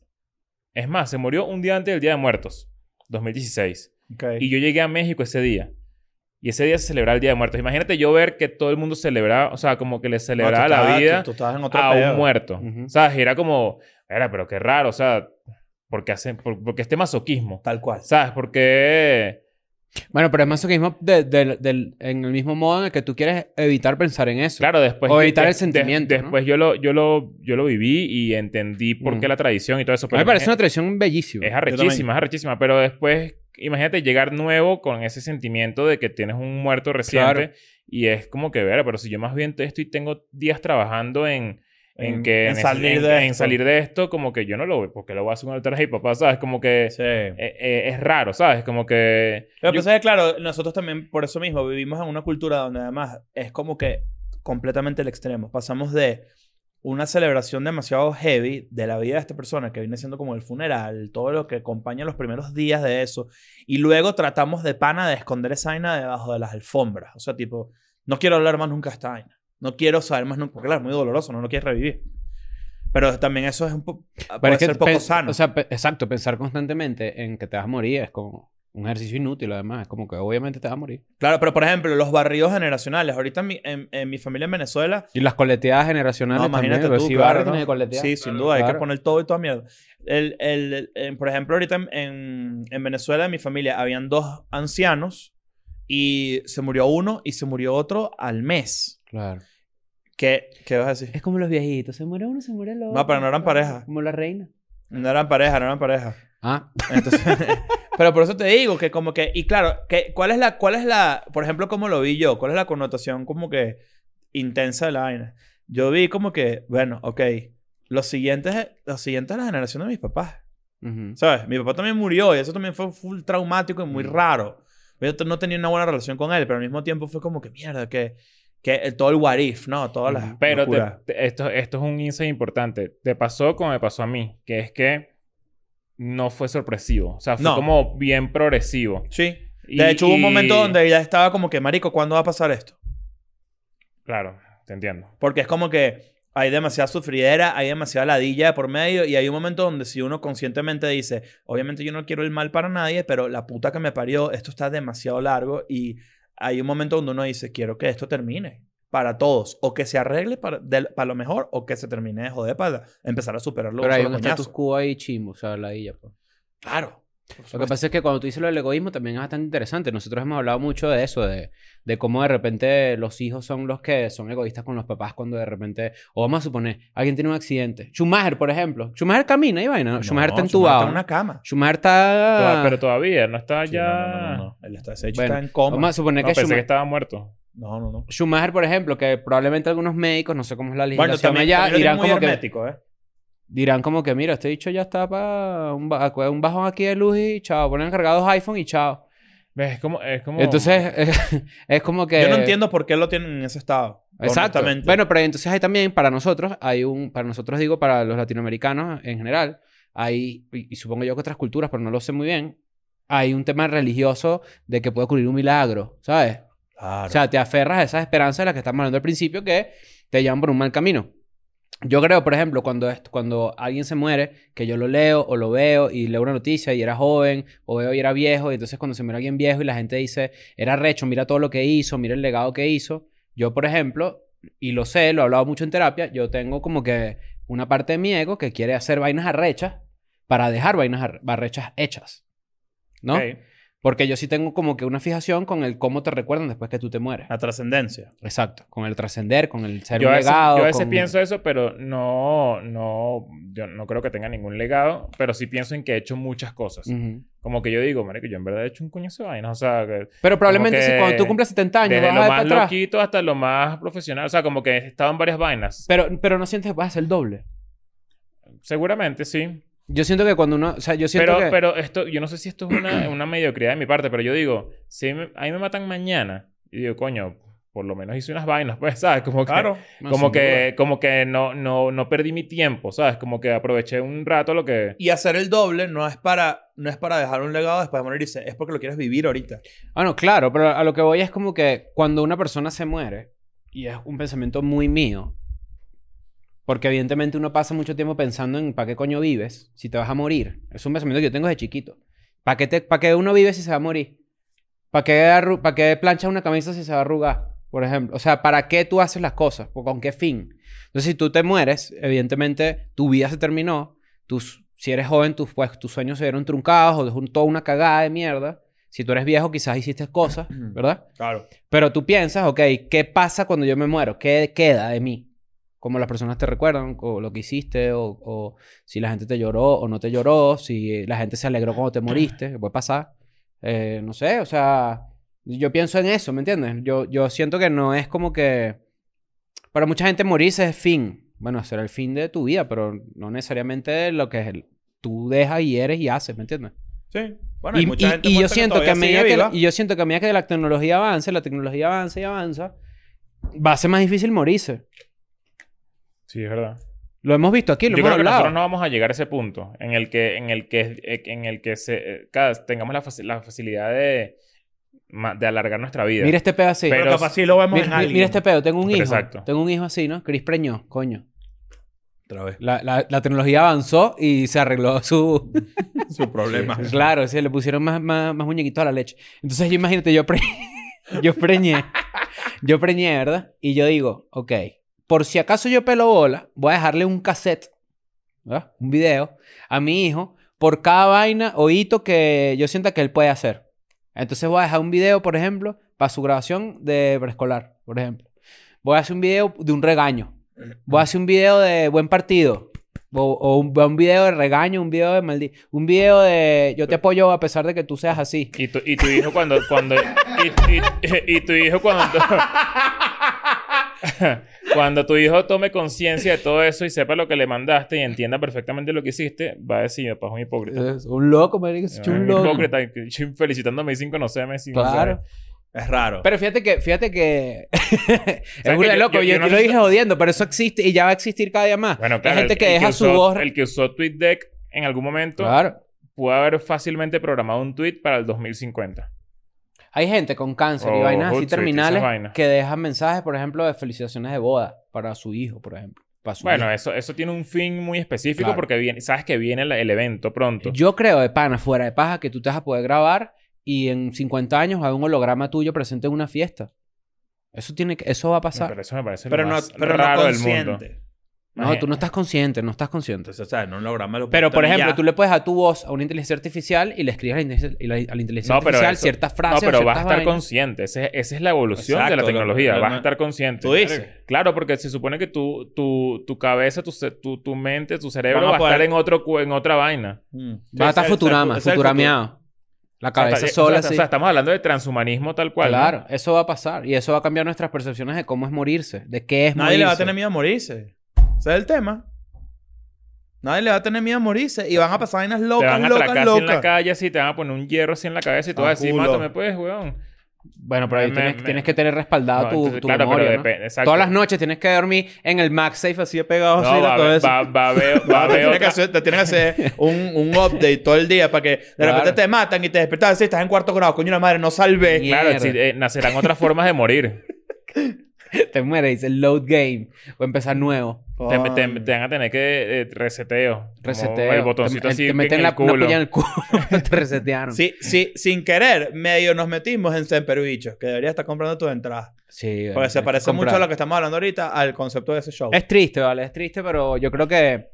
Speaker 3: Es más, se murió un día antes del Día de Muertos. 2016.
Speaker 1: Ok.
Speaker 3: Y yo llegué a México ese día. Y ese día se celebraba el Día de Muertos. Imagínate yo ver que todo el mundo celebraba, o sea, como que le
Speaker 1: No, tú
Speaker 3: celebraba la
Speaker 1: estabas-
Speaker 3: vida
Speaker 1: tú- tú estabas en otro
Speaker 3: a
Speaker 1: pedo.
Speaker 3: un muerto.
Speaker 2: Ujú.
Speaker 3: O sea, era como, era, pero qué raro, o sea, porque hacen, por, porque este masoquismo.
Speaker 1: Tal cual.
Speaker 3: ¿Sabes? Porque
Speaker 2: Bueno, pero es masoquismo de, del- del- en el mismo modo en el que tú quieres evitar pensar en eso.
Speaker 3: Claro, después.
Speaker 2: O
Speaker 3: yo-
Speaker 2: evitar el
Speaker 3: des- des-
Speaker 2: sentimiento, ¿no?
Speaker 3: Después yo, lo, yo, lo, yo lo viví y entendí por qué
Speaker 2: Mm.
Speaker 3: la tradición y todo
Speaker 2: A
Speaker 3: eso.
Speaker 2: mí
Speaker 3: Pero
Speaker 2: me parece
Speaker 3: es,
Speaker 2: una tradición bellísima.
Speaker 3: es
Speaker 1: Yo también.
Speaker 3: arrechísima, es arrechísima. Pero después, imagínate llegar nuevo con ese sentimiento de que tienes un muerto reciente.
Speaker 2: Claro.
Speaker 3: Y es como que, ver, pero si yo más bien estoy, tengo días trabajando en. En,
Speaker 1: En-
Speaker 3: que,
Speaker 1: en salir
Speaker 3: en-
Speaker 1: de
Speaker 3: en
Speaker 1: esto.
Speaker 3: salir de esto, como que yo no lo veo, porque lo voy a hacer un altar y papá, ¿sabes? Como que
Speaker 1: Sí.
Speaker 3: eh, eh, es raro, ¿sabes? Como que.
Speaker 1: Lo que
Speaker 3: yo-
Speaker 1: pasa es que, claro, nosotros también, por eso mismo, vivimos en una cultura donde además es como que completamente el extremo. Pasamos de una celebración demasiado heavy de la vida de esta persona, que viene siendo como el funeral, todo lo que acompaña los primeros días de eso, y luego tratamos de pana de esconder esa vaina debajo de las alfombras. O sea, tipo, no quiero hablar más nunca de esta vaina. No quiero saber más nunca. Porque, claro, es muy doloroso, no lo quieres revivir. Pero también eso es un poco...
Speaker 2: Pero
Speaker 1: Puede
Speaker 2: es que
Speaker 1: ser poco
Speaker 2: pen-
Speaker 1: sano.
Speaker 2: O sea, pe- exacto, pensar constantemente en que te vas a morir es como un ejercicio inútil, además. Es como que obviamente te vas a morir.
Speaker 1: Claro, pero por ejemplo, los barridos generacionales. Ahorita en mi, en- en mi familia en Venezuela.
Speaker 2: Y las coleteadas generacionales
Speaker 1: No, imagínate
Speaker 2: también.
Speaker 1: tú,
Speaker 2: si
Speaker 1: claro,
Speaker 2: barrio
Speaker 1: ¿no?
Speaker 2: tienes que
Speaker 1: Sí,
Speaker 2: coletear.
Speaker 1: sin
Speaker 4: Claro,
Speaker 1: duda, hay que
Speaker 2: claro.
Speaker 1: poner todo y toda mierda. El, el, el- en- por ejemplo, ahorita en, en, en Venezuela, en mi familia, habían dos ancianos y se murió uno y se murió otro al mes.
Speaker 2: Claro.
Speaker 1: ¿Qué, qué vas a decir?
Speaker 2: Es como los viejitos. Se muere uno, se muere el otro.
Speaker 1: No, pero no eran pareja.
Speaker 2: Como la reina.
Speaker 1: No eran pareja, no eran pareja.
Speaker 2: Ah,
Speaker 1: Entonces, pero por eso te digo que como que y claro, que cuál es la cuál es la, por ejemplo, como lo vi yo, cuál es la connotación como que intensa de la vaina. Yo vi como que, bueno, ok, los siguientes los siguientes la generación de mis papás.
Speaker 2: ujú.
Speaker 1: ¿Sabes? Mi papá también murió y eso también fue full traumático y muy
Speaker 2: Mm.
Speaker 1: raro. Yo t- no tenía una buena relación con él, pero al mismo tiempo fue como que mierda, que, que el- todo el what if, ¿no? Todas las.
Speaker 2: Ujú.
Speaker 3: Pero te-
Speaker 1: locuras.
Speaker 3: te- esto, esto es un insight importante. Te pasó como me pasó a mí, que es que no fue sorpresivo. O sea, fue
Speaker 1: No.
Speaker 3: como bien progresivo.
Speaker 1: Sí.
Speaker 3: Y-
Speaker 1: De hecho, hubo un
Speaker 3: y-
Speaker 1: momento donde ya estaba como que, Marico, ¿cuándo va a pasar esto?
Speaker 3: Claro, te entiendo.
Speaker 1: Porque es como que hay demasiada sufridera, hay demasiada ladilla de por medio y hay un momento donde si uno conscientemente dice, obviamente yo no quiero el mal para nadie, pero la puta que me parió, esto está demasiado largo y hay un momento donde uno dice, quiero que esto termine para todos o que se arregle para, de- para lo mejor o que se termine de joder para empezar a superarlo. de
Speaker 2: Pero
Speaker 1: un
Speaker 2: hay
Speaker 1: solo
Speaker 2: un status
Speaker 1: coñazo".
Speaker 2: quo ahí chimbo, o sea, la illa, pues.
Speaker 1: Claro.
Speaker 2: Lo que pasa es que cuando tú dices lo del egoísmo también es bastante interesante. Nosotros hemos hablado mucho de eso, de, de cómo de repente los hijos son los que son egoístas con los papás cuando de repente, o vamos a suponer, alguien tiene un accidente. Schumacher, por ejemplo. Schumacher camina y vaina. ¿no? Schumacher está
Speaker 1: No,
Speaker 2: entubado.
Speaker 1: en una cama.
Speaker 2: ¿no? Schumacher
Speaker 1: Ah.
Speaker 3: Toda-
Speaker 2: está...
Speaker 3: pero todavía no está
Speaker 1: Sí,
Speaker 3: ya.
Speaker 1: no,
Speaker 3: No,
Speaker 1: no, no, no, no. Él está, ese hecho
Speaker 2: Bueno,
Speaker 1: está en coma.
Speaker 2: Vamos a suponer que,
Speaker 3: pensé
Speaker 2: Schuma-
Speaker 3: que estaba muerto.
Speaker 1: No, no, no.
Speaker 2: Schumacher, por ejemplo, que probablemente algunos médicos, no sé cómo es la
Speaker 1: Bueno,
Speaker 2: legislación
Speaker 1: también,
Speaker 2: allá,
Speaker 1: también lo
Speaker 2: dirán
Speaker 1: tienen muy
Speaker 2: como que...
Speaker 1: hermético, ¿eh?
Speaker 2: Dirán como que, mira, este dicho ya está para un, ba- un bajón aquí de luz y chao. Ponen cargados iPhone y chao.
Speaker 3: ¿Ves? Es como. Es como
Speaker 2: Entonces, es, como que...
Speaker 1: Yo no entiendo por qué lo tienen en ese estado.
Speaker 2: Eh, Exacto.
Speaker 1: honestamente.
Speaker 2: Bueno, pero entonces hay también para nosotros, hay un, para nosotros digo, para los latinoamericanos en general, hay, y, y supongo yo que otras culturas, pero no lo sé muy bien, hay un tema religioso de que puede ocurrir un milagro, ¿sabes?
Speaker 1: Claro.
Speaker 2: O sea, te aferras a esas esperanzas de las que estamos hablando al principio que te llevan por un mal camino. Yo creo, por ejemplo, cuando, esto- cuando alguien se muere, que yo lo leo o lo veo y leo una noticia y era joven o veo y era viejo, y entonces cuando se muere alguien viejo y la gente dice, era recho, mira todo lo que hizo, mira el legado que hizo. Yo, por ejemplo, y lo sé, lo he hablado mucho en terapia, yo tengo como que una parte de mi ego que quiere hacer vainas arrechas para dejar vainas ar- barrechas hechas. ¿No?
Speaker 1: Ok.
Speaker 2: Porque yo sí tengo como que una fijación con el cómo te recuerdan después que tú te mueres.
Speaker 1: La trascendencia.
Speaker 2: Exacto. Con el trascender, con el ser
Speaker 3: Yo
Speaker 2: un
Speaker 3: a veces,
Speaker 2: legado.
Speaker 3: yo a veces
Speaker 2: con-
Speaker 3: pienso eso, pero no, no, yo no creo que tenga ningún legado, pero sí pienso en que he hecho muchas cosas.
Speaker 2: Ujú.
Speaker 3: Como que yo digo, marico, yo en verdad he hecho un coñazo de vainas. O sea, que
Speaker 2: Pero probablemente
Speaker 3: Como
Speaker 2: si
Speaker 3: que
Speaker 2: cuando tú cumples 70 años
Speaker 3: desde
Speaker 2: vas a
Speaker 3: lo
Speaker 2: ver
Speaker 3: más
Speaker 2: para atrás.
Speaker 3: loquito hasta lo más profesional. O sea, como que he estado en varias vainas.
Speaker 2: Pero, pero no sientes que vas a hacer el doble.
Speaker 3: Seguramente, sí.
Speaker 2: Yo siento que cuando uno. O sea, yo siento
Speaker 3: Pero,
Speaker 2: que.
Speaker 3: pero esto, yo no sé si esto es una, una mediocridad de mi parte, pero yo digo, si me- a mí me matan mañana, y digo, coño, por lo menos hice unas vainas, pues, ¿sabes? Como que,
Speaker 1: Claro.
Speaker 2: No,
Speaker 3: como
Speaker 2: sin duda.
Speaker 3: que, como que no, no, no perdí mi tiempo, ¿sabes? Como que aproveché un rato lo que...
Speaker 1: Y hacer el doble no es para, no es para dejar un legado después de morirse, es porque lo quieres vivir ahorita.
Speaker 2: Ah, no, claro, pero a lo que voy es como que cuando una persona se muere, y es un pensamiento muy mío, porque evidentemente uno pasa mucho tiempo pensando en para qué coño vives si te vas a morir. Es un pensamiento que yo tengo desde chiquito. ¿Para qué, te- pa' qué uno vive si se va a morir? ¿Para qué, arru- pa' qué planchas una camisa si se va a arrugar? Por ejemplo. O sea, ¿para qué tú haces las cosas? ¿O ¿Con qué fin? Entonces, si tú te mueres, evidentemente tu vida se terminó. Tus, si eres joven, tus, pues, tus sueños se vieron truncados o es un- toda una cagada de mierda. Si tú eres viejo, quizás hiciste cosas, ¿verdad?
Speaker 1: Claro.
Speaker 2: Pero tú piensas, ok, ¿qué pasa cuando yo me muero? ¿Qué queda de mí? Como las personas te recuerdan, o lo que hiciste, o, o si la gente te lloró o no te lloró, si la gente se alegró cuando te moriste, que puede pasar. Eh, no sé, o sea, yo pienso en eso, ¿me entiendes? Yo, yo siento que no es como que... Para mucha gente morirse es fin. Bueno, será el fin de tu vida, pero no necesariamente lo que es el- tú dejas y eres y haces, ¿me entiendes?
Speaker 1: Sí. Bueno,
Speaker 2: y,
Speaker 1: hay mucha
Speaker 2: y-
Speaker 1: gente
Speaker 2: y yo
Speaker 1: muerta
Speaker 2: siento que, a
Speaker 1: todavía sigue
Speaker 2: medida que la-
Speaker 1: viva.
Speaker 2: y yo siento que a medida que la tecnología avance, la tecnología avanza y avanza, va a ser más difícil morirse.
Speaker 3: Sí, es verdad.
Speaker 2: Lo hemos visto aquí,
Speaker 3: Yo
Speaker 2: lo
Speaker 3: creo
Speaker 2: hemos
Speaker 3: que
Speaker 2: hablado.
Speaker 3: nosotros no vamos a llegar a ese punto en el que, en el que, en el que se, eh, cada- tengamos la, faci- la facilidad de, ma- de alargar nuestra vida.
Speaker 2: Mira este pedo así.
Speaker 1: Pero,
Speaker 3: Pero-
Speaker 1: capaz sí lo vemos
Speaker 2: mira,
Speaker 1: en
Speaker 2: mira-
Speaker 1: alguien.
Speaker 2: mira este pedo, tengo un hijo.
Speaker 3: Exacto.
Speaker 2: Tengo un hijo así, ¿no? Chris Preñó, coño.
Speaker 1: Otra vez.
Speaker 2: La, la- la tecnología avanzó y se arregló su...
Speaker 1: Su problema.
Speaker 2: Claro, sí, le pusieron más, más, más muñequitos a la leche. Entonces, yo imagínate, yo, pre- yo preñé. Yo preñé, ¿verdad? Y yo digo, ok, por si acaso yo pelo bola, voy a dejarle un cassette, ¿verdad? un video, a mi hijo, por cada vaina o hito que yo sienta que él puede hacer. Entonces, voy a dejar un video, por ejemplo, para su grabación de preescolar, por ejemplo. Voy a hacer un video de un regaño. Voy a hacer un video de buen partido. O, o un, un video de regaño, un video de maldito. Un video de yo te apoyo a pesar de que tú seas así.
Speaker 3: Y tu, y tu hijo cuando... cuando y, y- y tu hijo cuando... cuando tu hijo tome conciencia de todo eso y sepa lo que le mandaste y entienda perfectamente lo que hiciste, va a decir, mi papá es un hipócrita.
Speaker 2: Es un loco, marico.
Speaker 3: Es
Speaker 2: Es un loco.
Speaker 3: hipócrita. y- y Felicitándome y sin conocerme. Sin
Speaker 2: Claro.
Speaker 3: saber.
Speaker 1: Es raro.
Speaker 2: Pero fíjate que, fíjate que. es burda
Speaker 3: que
Speaker 2: de
Speaker 3: yo-
Speaker 2: loco. Yo,
Speaker 3: yo- yo no
Speaker 2: yo lo
Speaker 3: sé-
Speaker 2: dije jodiendo, pero eso existe y ya va a existir cada día más.
Speaker 3: Bueno, claro.
Speaker 2: Hay gente
Speaker 3: el-
Speaker 2: que
Speaker 3: el
Speaker 2: deja su
Speaker 3: usó-
Speaker 2: voz.
Speaker 3: El que usó TweetDeck en algún momento
Speaker 2: Claro.
Speaker 3: pudo haber fácilmente programado un tweet para el 2050.
Speaker 2: Hay gente con cáncer y
Speaker 3: O
Speaker 2: vainas así
Speaker 3: Hootsuite,
Speaker 2: terminales
Speaker 3: esas vainas.
Speaker 2: que dejan mensajes, por ejemplo, de felicitaciones de boda para su hijo, por ejemplo. Para su
Speaker 3: Bueno,
Speaker 2: hija.
Speaker 3: eso, eso tiene un fin muy específico
Speaker 2: Claro.
Speaker 3: porque viene, sabes que viene el, el evento pronto.
Speaker 2: Yo creo de pana, fuera de paja, que tú te vas a poder grabar y en 50 años hay un holograma tuyo presente en una fiesta. Eso tiene que, eso va a
Speaker 3: Me
Speaker 2: pasar.
Speaker 3: parece- eso me parece
Speaker 1: Pero
Speaker 3: lo
Speaker 1: no,
Speaker 3: más
Speaker 1: pero no
Speaker 3: raro del mundo.
Speaker 1: consciente.
Speaker 2: No, tú no estás consciente, no estás consciente.
Speaker 1: Entonces, o sea, no logramos lo
Speaker 2: Pero, por ejemplo,
Speaker 1: ya.
Speaker 2: tú le puedes dar tu voz a una inteligencia artificial y le escribes a la inteligencia, y la- a la inteligencia
Speaker 3: No, pero
Speaker 2: artificial
Speaker 3: eso-
Speaker 2: ciertas frases.
Speaker 3: No, pero vas a estar
Speaker 2: con...
Speaker 3: consciente. Ese- esa es la evolución de la
Speaker 1: Exacto, lo-
Speaker 3: tecnología.
Speaker 1: lo-
Speaker 3: vas a
Speaker 1: no-
Speaker 3: estar consciente.
Speaker 1: Tú dices.
Speaker 3: Claro, porque se supone que tu, tu, tu cabeza, tu, ce- tu, tu mente, tu cerebro
Speaker 1: Van a
Speaker 3: va a
Speaker 1: poder-
Speaker 3: estar en, otro, cu- en otra vaina.
Speaker 1: Mm.
Speaker 2: Va a estar
Speaker 1: Sí, sí,
Speaker 2: futurama,
Speaker 1: sí, sí, sí,
Speaker 2: futurameado. La cabeza
Speaker 3: o sea, está-
Speaker 2: sola,
Speaker 3: o sea,
Speaker 2: así.
Speaker 3: o sea, estamos hablando de transhumanismo tal cual. ¿no?
Speaker 2: claro, eso va a pasar. Y eso va a cambiar nuestras percepciones de cómo es morirse, de qué es
Speaker 1: Nadie le va a
Speaker 2: morirse.
Speaker 1: tener miedo a morirse. Ese es el tema. Nadie le va a tener miedo a morirse. Y van a pasar vainas
Speaker 3: Te
Speaker 1: locas,
Speaker 3: van a
Speaker 1: locas,
Speaker 3: atracar así en la
Speaker 1: locas.
Speaker 3: calle, así te van a poner un hierro así en la cabeza y tú
Speaker 1: Ah,
Speaker 3: vas a decir,
Speaker 1: culo.
Speaker 3: mátame pues, weón.
Speaker 2: Bueno, pero ahí
Speaker 3: Me-
Speaker 2: tienes,
Speaker 3: me-
Speaker 2: tienes que tener respaldado
Speaker 3: No,
Speaker 2: tu,
Speaker 3: entonces,
Speaker 2: tu
Speaker 3: claro,
Speaker 2: memoria,
Speaker 3: pero
Speaker 2: ¿no?
Speaker 3: depende, exacto.
Speaker 2: Todas las noches tienes que dormir en el MagSafe así de pegado
Speaker 3: No,
Speaker 2: así la
Speaker 3: va, a haber-
Speaker 2: cabeza.
Speaker 3: va, va a haber- va a
Speaker 1: No, te,
Speaker 3: haber
Speaker 1: tienen que
Speaker 3: otra-
Speaker 1: hacer, te tienen que hacer un, un update todo el día para que de
Speaker 2: Claro.
Speaker 1: repente te matan y te despertas así, estás en cuarto grado, coño la madre, no salvé.
Speaker 2: Mierda.
Speaker 3: Claro, sí, eh, nacerán otras formas de morir.
Speaker 2: Te mueres, dice load game. O empezar nuevo.
Speaker 3: Te,
Speaker 1: Coño.
Speaker 3: te- te van a tener que eh, reseteo. Como
Speaker 2: Reseteo.
Speaker 3: El botoncito
Speaker 2: te,
Speaker 3: así
Speaker 2: Te meten
Speaker 3: en
Speaker 2: la,
Speaker 3: el culo.
Speaker 2: una puya en el culo. te resetearon.
Speaker 1: Sí, sí, sin querer, medio nos metimos en Semperbichos, que debería estar comprando tus entradas.
Speaker 2: Sí,
Speaker 1: Porque se
Speaker 2: tienes
Speaker 1: parece
Speaker 2: que
Speaker 1: mucho a
Speaker 2: comprar.
Speaker 1: lo que estamos hablando ahorita, al concepto de ese show.
Speaker 2: Es triste, vale, es triste, pero yo creo que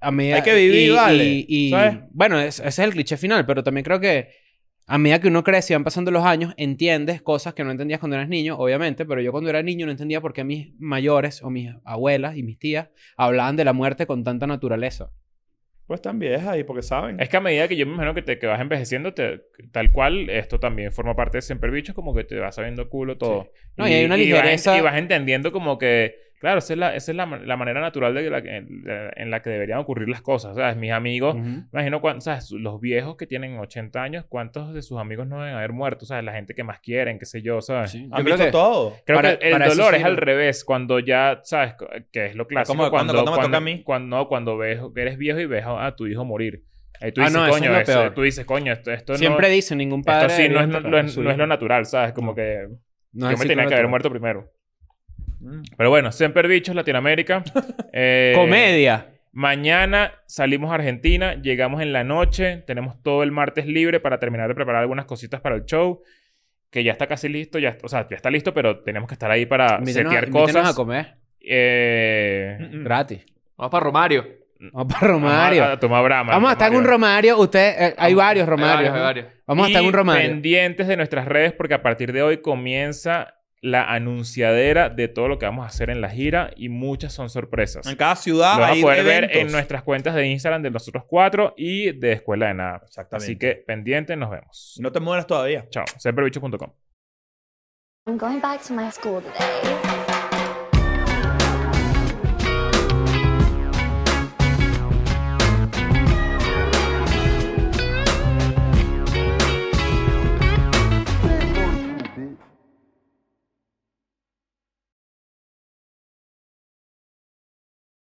Speaker 2: a medida-
Speaker 1: Hay que vivir,
Speaker 2: y-
Speaker 1: vale,
Speaker 2: y- y-
Speaker 1: ¿sabes?
Speaker 2: bueno, es- ese es el cliché final, pero también creo que a medida que uno crece y van pasando los años, entiendes cosas que no entendías cuando eras niño, obviamente, pero yo cuando era niño no entendía por qué mis mayores o mis abuelas y mis tías hablaban de la muerte con tanta naturaleza.
Speaker 1: Pues están viejas y porque saben.
Speaker 3: Es que a medida que yo me imagino que te que vas envejeciendo, te- tal cual, esto también forma parte de siempre bichos, como que te vas sabiendo culo todo.
Speaker 2: No, y hay una
Speaker 3: vas en-
Speaker 2: ligereza-
Speaker 3: Y vas, entendiendo como que, claro, esa es la, esa es la, ma- la manera natural de la, que- en, la- en la que deberían ocurrir las cosas. ¿Sabes? Mis amigos,
Speaker 2: Ujú.
Speaker 3: imagino, cuán- ¿sabes? Los viejos que tienen 80 años, ¿cuántos de sus amigos no deben haber muerto? ¿Sabes? La gente que más quieren, qué sé yo, ¿sabes?
Speaker 2: Sí.
Speaker 1: Han
Speaker 2: Yo creo
Speaker 1: visto
Speaker 2: que-
Speaker 1: todo.
Speaker 3: Creo
Speaker 2: Para-
Speaker 3: que el
Speaker 2: para eso
Speaker 3: dolor es
Speaker 2: sirve.
Speaker 3: al revés, cuando ya, ¿sabes? Co- Que es lo clásico.
Speaker 1: como cuando- cuando me toca a mí.
Speaker 3: Cuando, no, cuando ves, que eres viejo y ves a, a tu hijo morir. Ahí tú
Speaker 2: Ah,
Speaker 3: dices,
Speaker 2: no, eso es
Speaker 3: coño,
Speaker 2: lo
Speaker 3: eso-
Speaker 2: peor.
Speaker 3: tú dices, coño, esto, esto
Speaker 2: Siempre
Speaker 3: no...
Speaker 2: dicen, ningún padre...
Speaker 3: Esto sí no es,
Speaker 2: debería
Speaker 3: no-
Speaker 2: tocar
Speaker 3: no
Speaker 2: a
Speaker 3: es-
Speaker 2: su
Speaker 3: no es
Speaker 2: hijo.
Speaker 3: lo natural, ¿sabes? Como
Speaker 2: No.
Speaker 3: que
Speaker 2: No es el
Speaker 3: yo me tenía que
Speaker 2: ciclo
Speaker 3: haber
Speaker 2: natural.
Speaker 3: muerto primero.
Speaker 1: Mm.
Speaker 3: Pero bueno, siempre bichos, Latinoamérica. Eh,
Speaker 2: Comedia.
Speaker 3: Mañana salimos a Argentina, llegamos en la noche, tenemos todo el martes libre para terminar de preparar algunas cositas para el show, que ya está casi listo, ya, o sea, ya está listo, pero tenemos que estar ahí para
Speaker 2: Invítenos-
Speaker 3: setear
Speaker 2: invítenos
Speaker 3: cosas.
Speaker 2: a comer.
Speaker 3: Eh,
Speaker 1: Mm, mm.
Speaker 2: Gratis.
Speaker 4: Vamos para Romario.
Speaker 2: Vamos para Romario.
Speaker 3: Vamos a, a tomar Brahma.
Speaker 2: Vamos a estar en un
Speaker 3: Romario.
Speaker 2: Romario. Usted, eh, hay varios Romarios.
Speaker 4: Romario. Hay
Speaker 2: ¿no?
Speaker 4: varios.
Speaker 2: Vamos a estar en un
Speaker 3: Y
Speaker 2: Romario.
Speaker 3: Pendientes de nuestras redes porque a partir de hoy comienza la anunciadera de todo lo que vamos a hacer en la gira y muchas son sorpresas.
Speaker 1: En
Speaker 3: Lo
Speaker 1: cada ciudad
Speaker 3: vas a
Speaker 1: hay
Speaker 3: poder ver
Speaker 1: eventos.
Speaker 3: en nuestras cuentas de Instagram de nosotros cuatro y de Escuela de Nada.
Speaker 1: Exactamente.
Speaker 3: Así que pendientes, nos vemos.
Speaker 1: No te mueras todavía.
Speaker 3: Chao, semperbichos.com.
Speaker 5: I'm going back to my school today.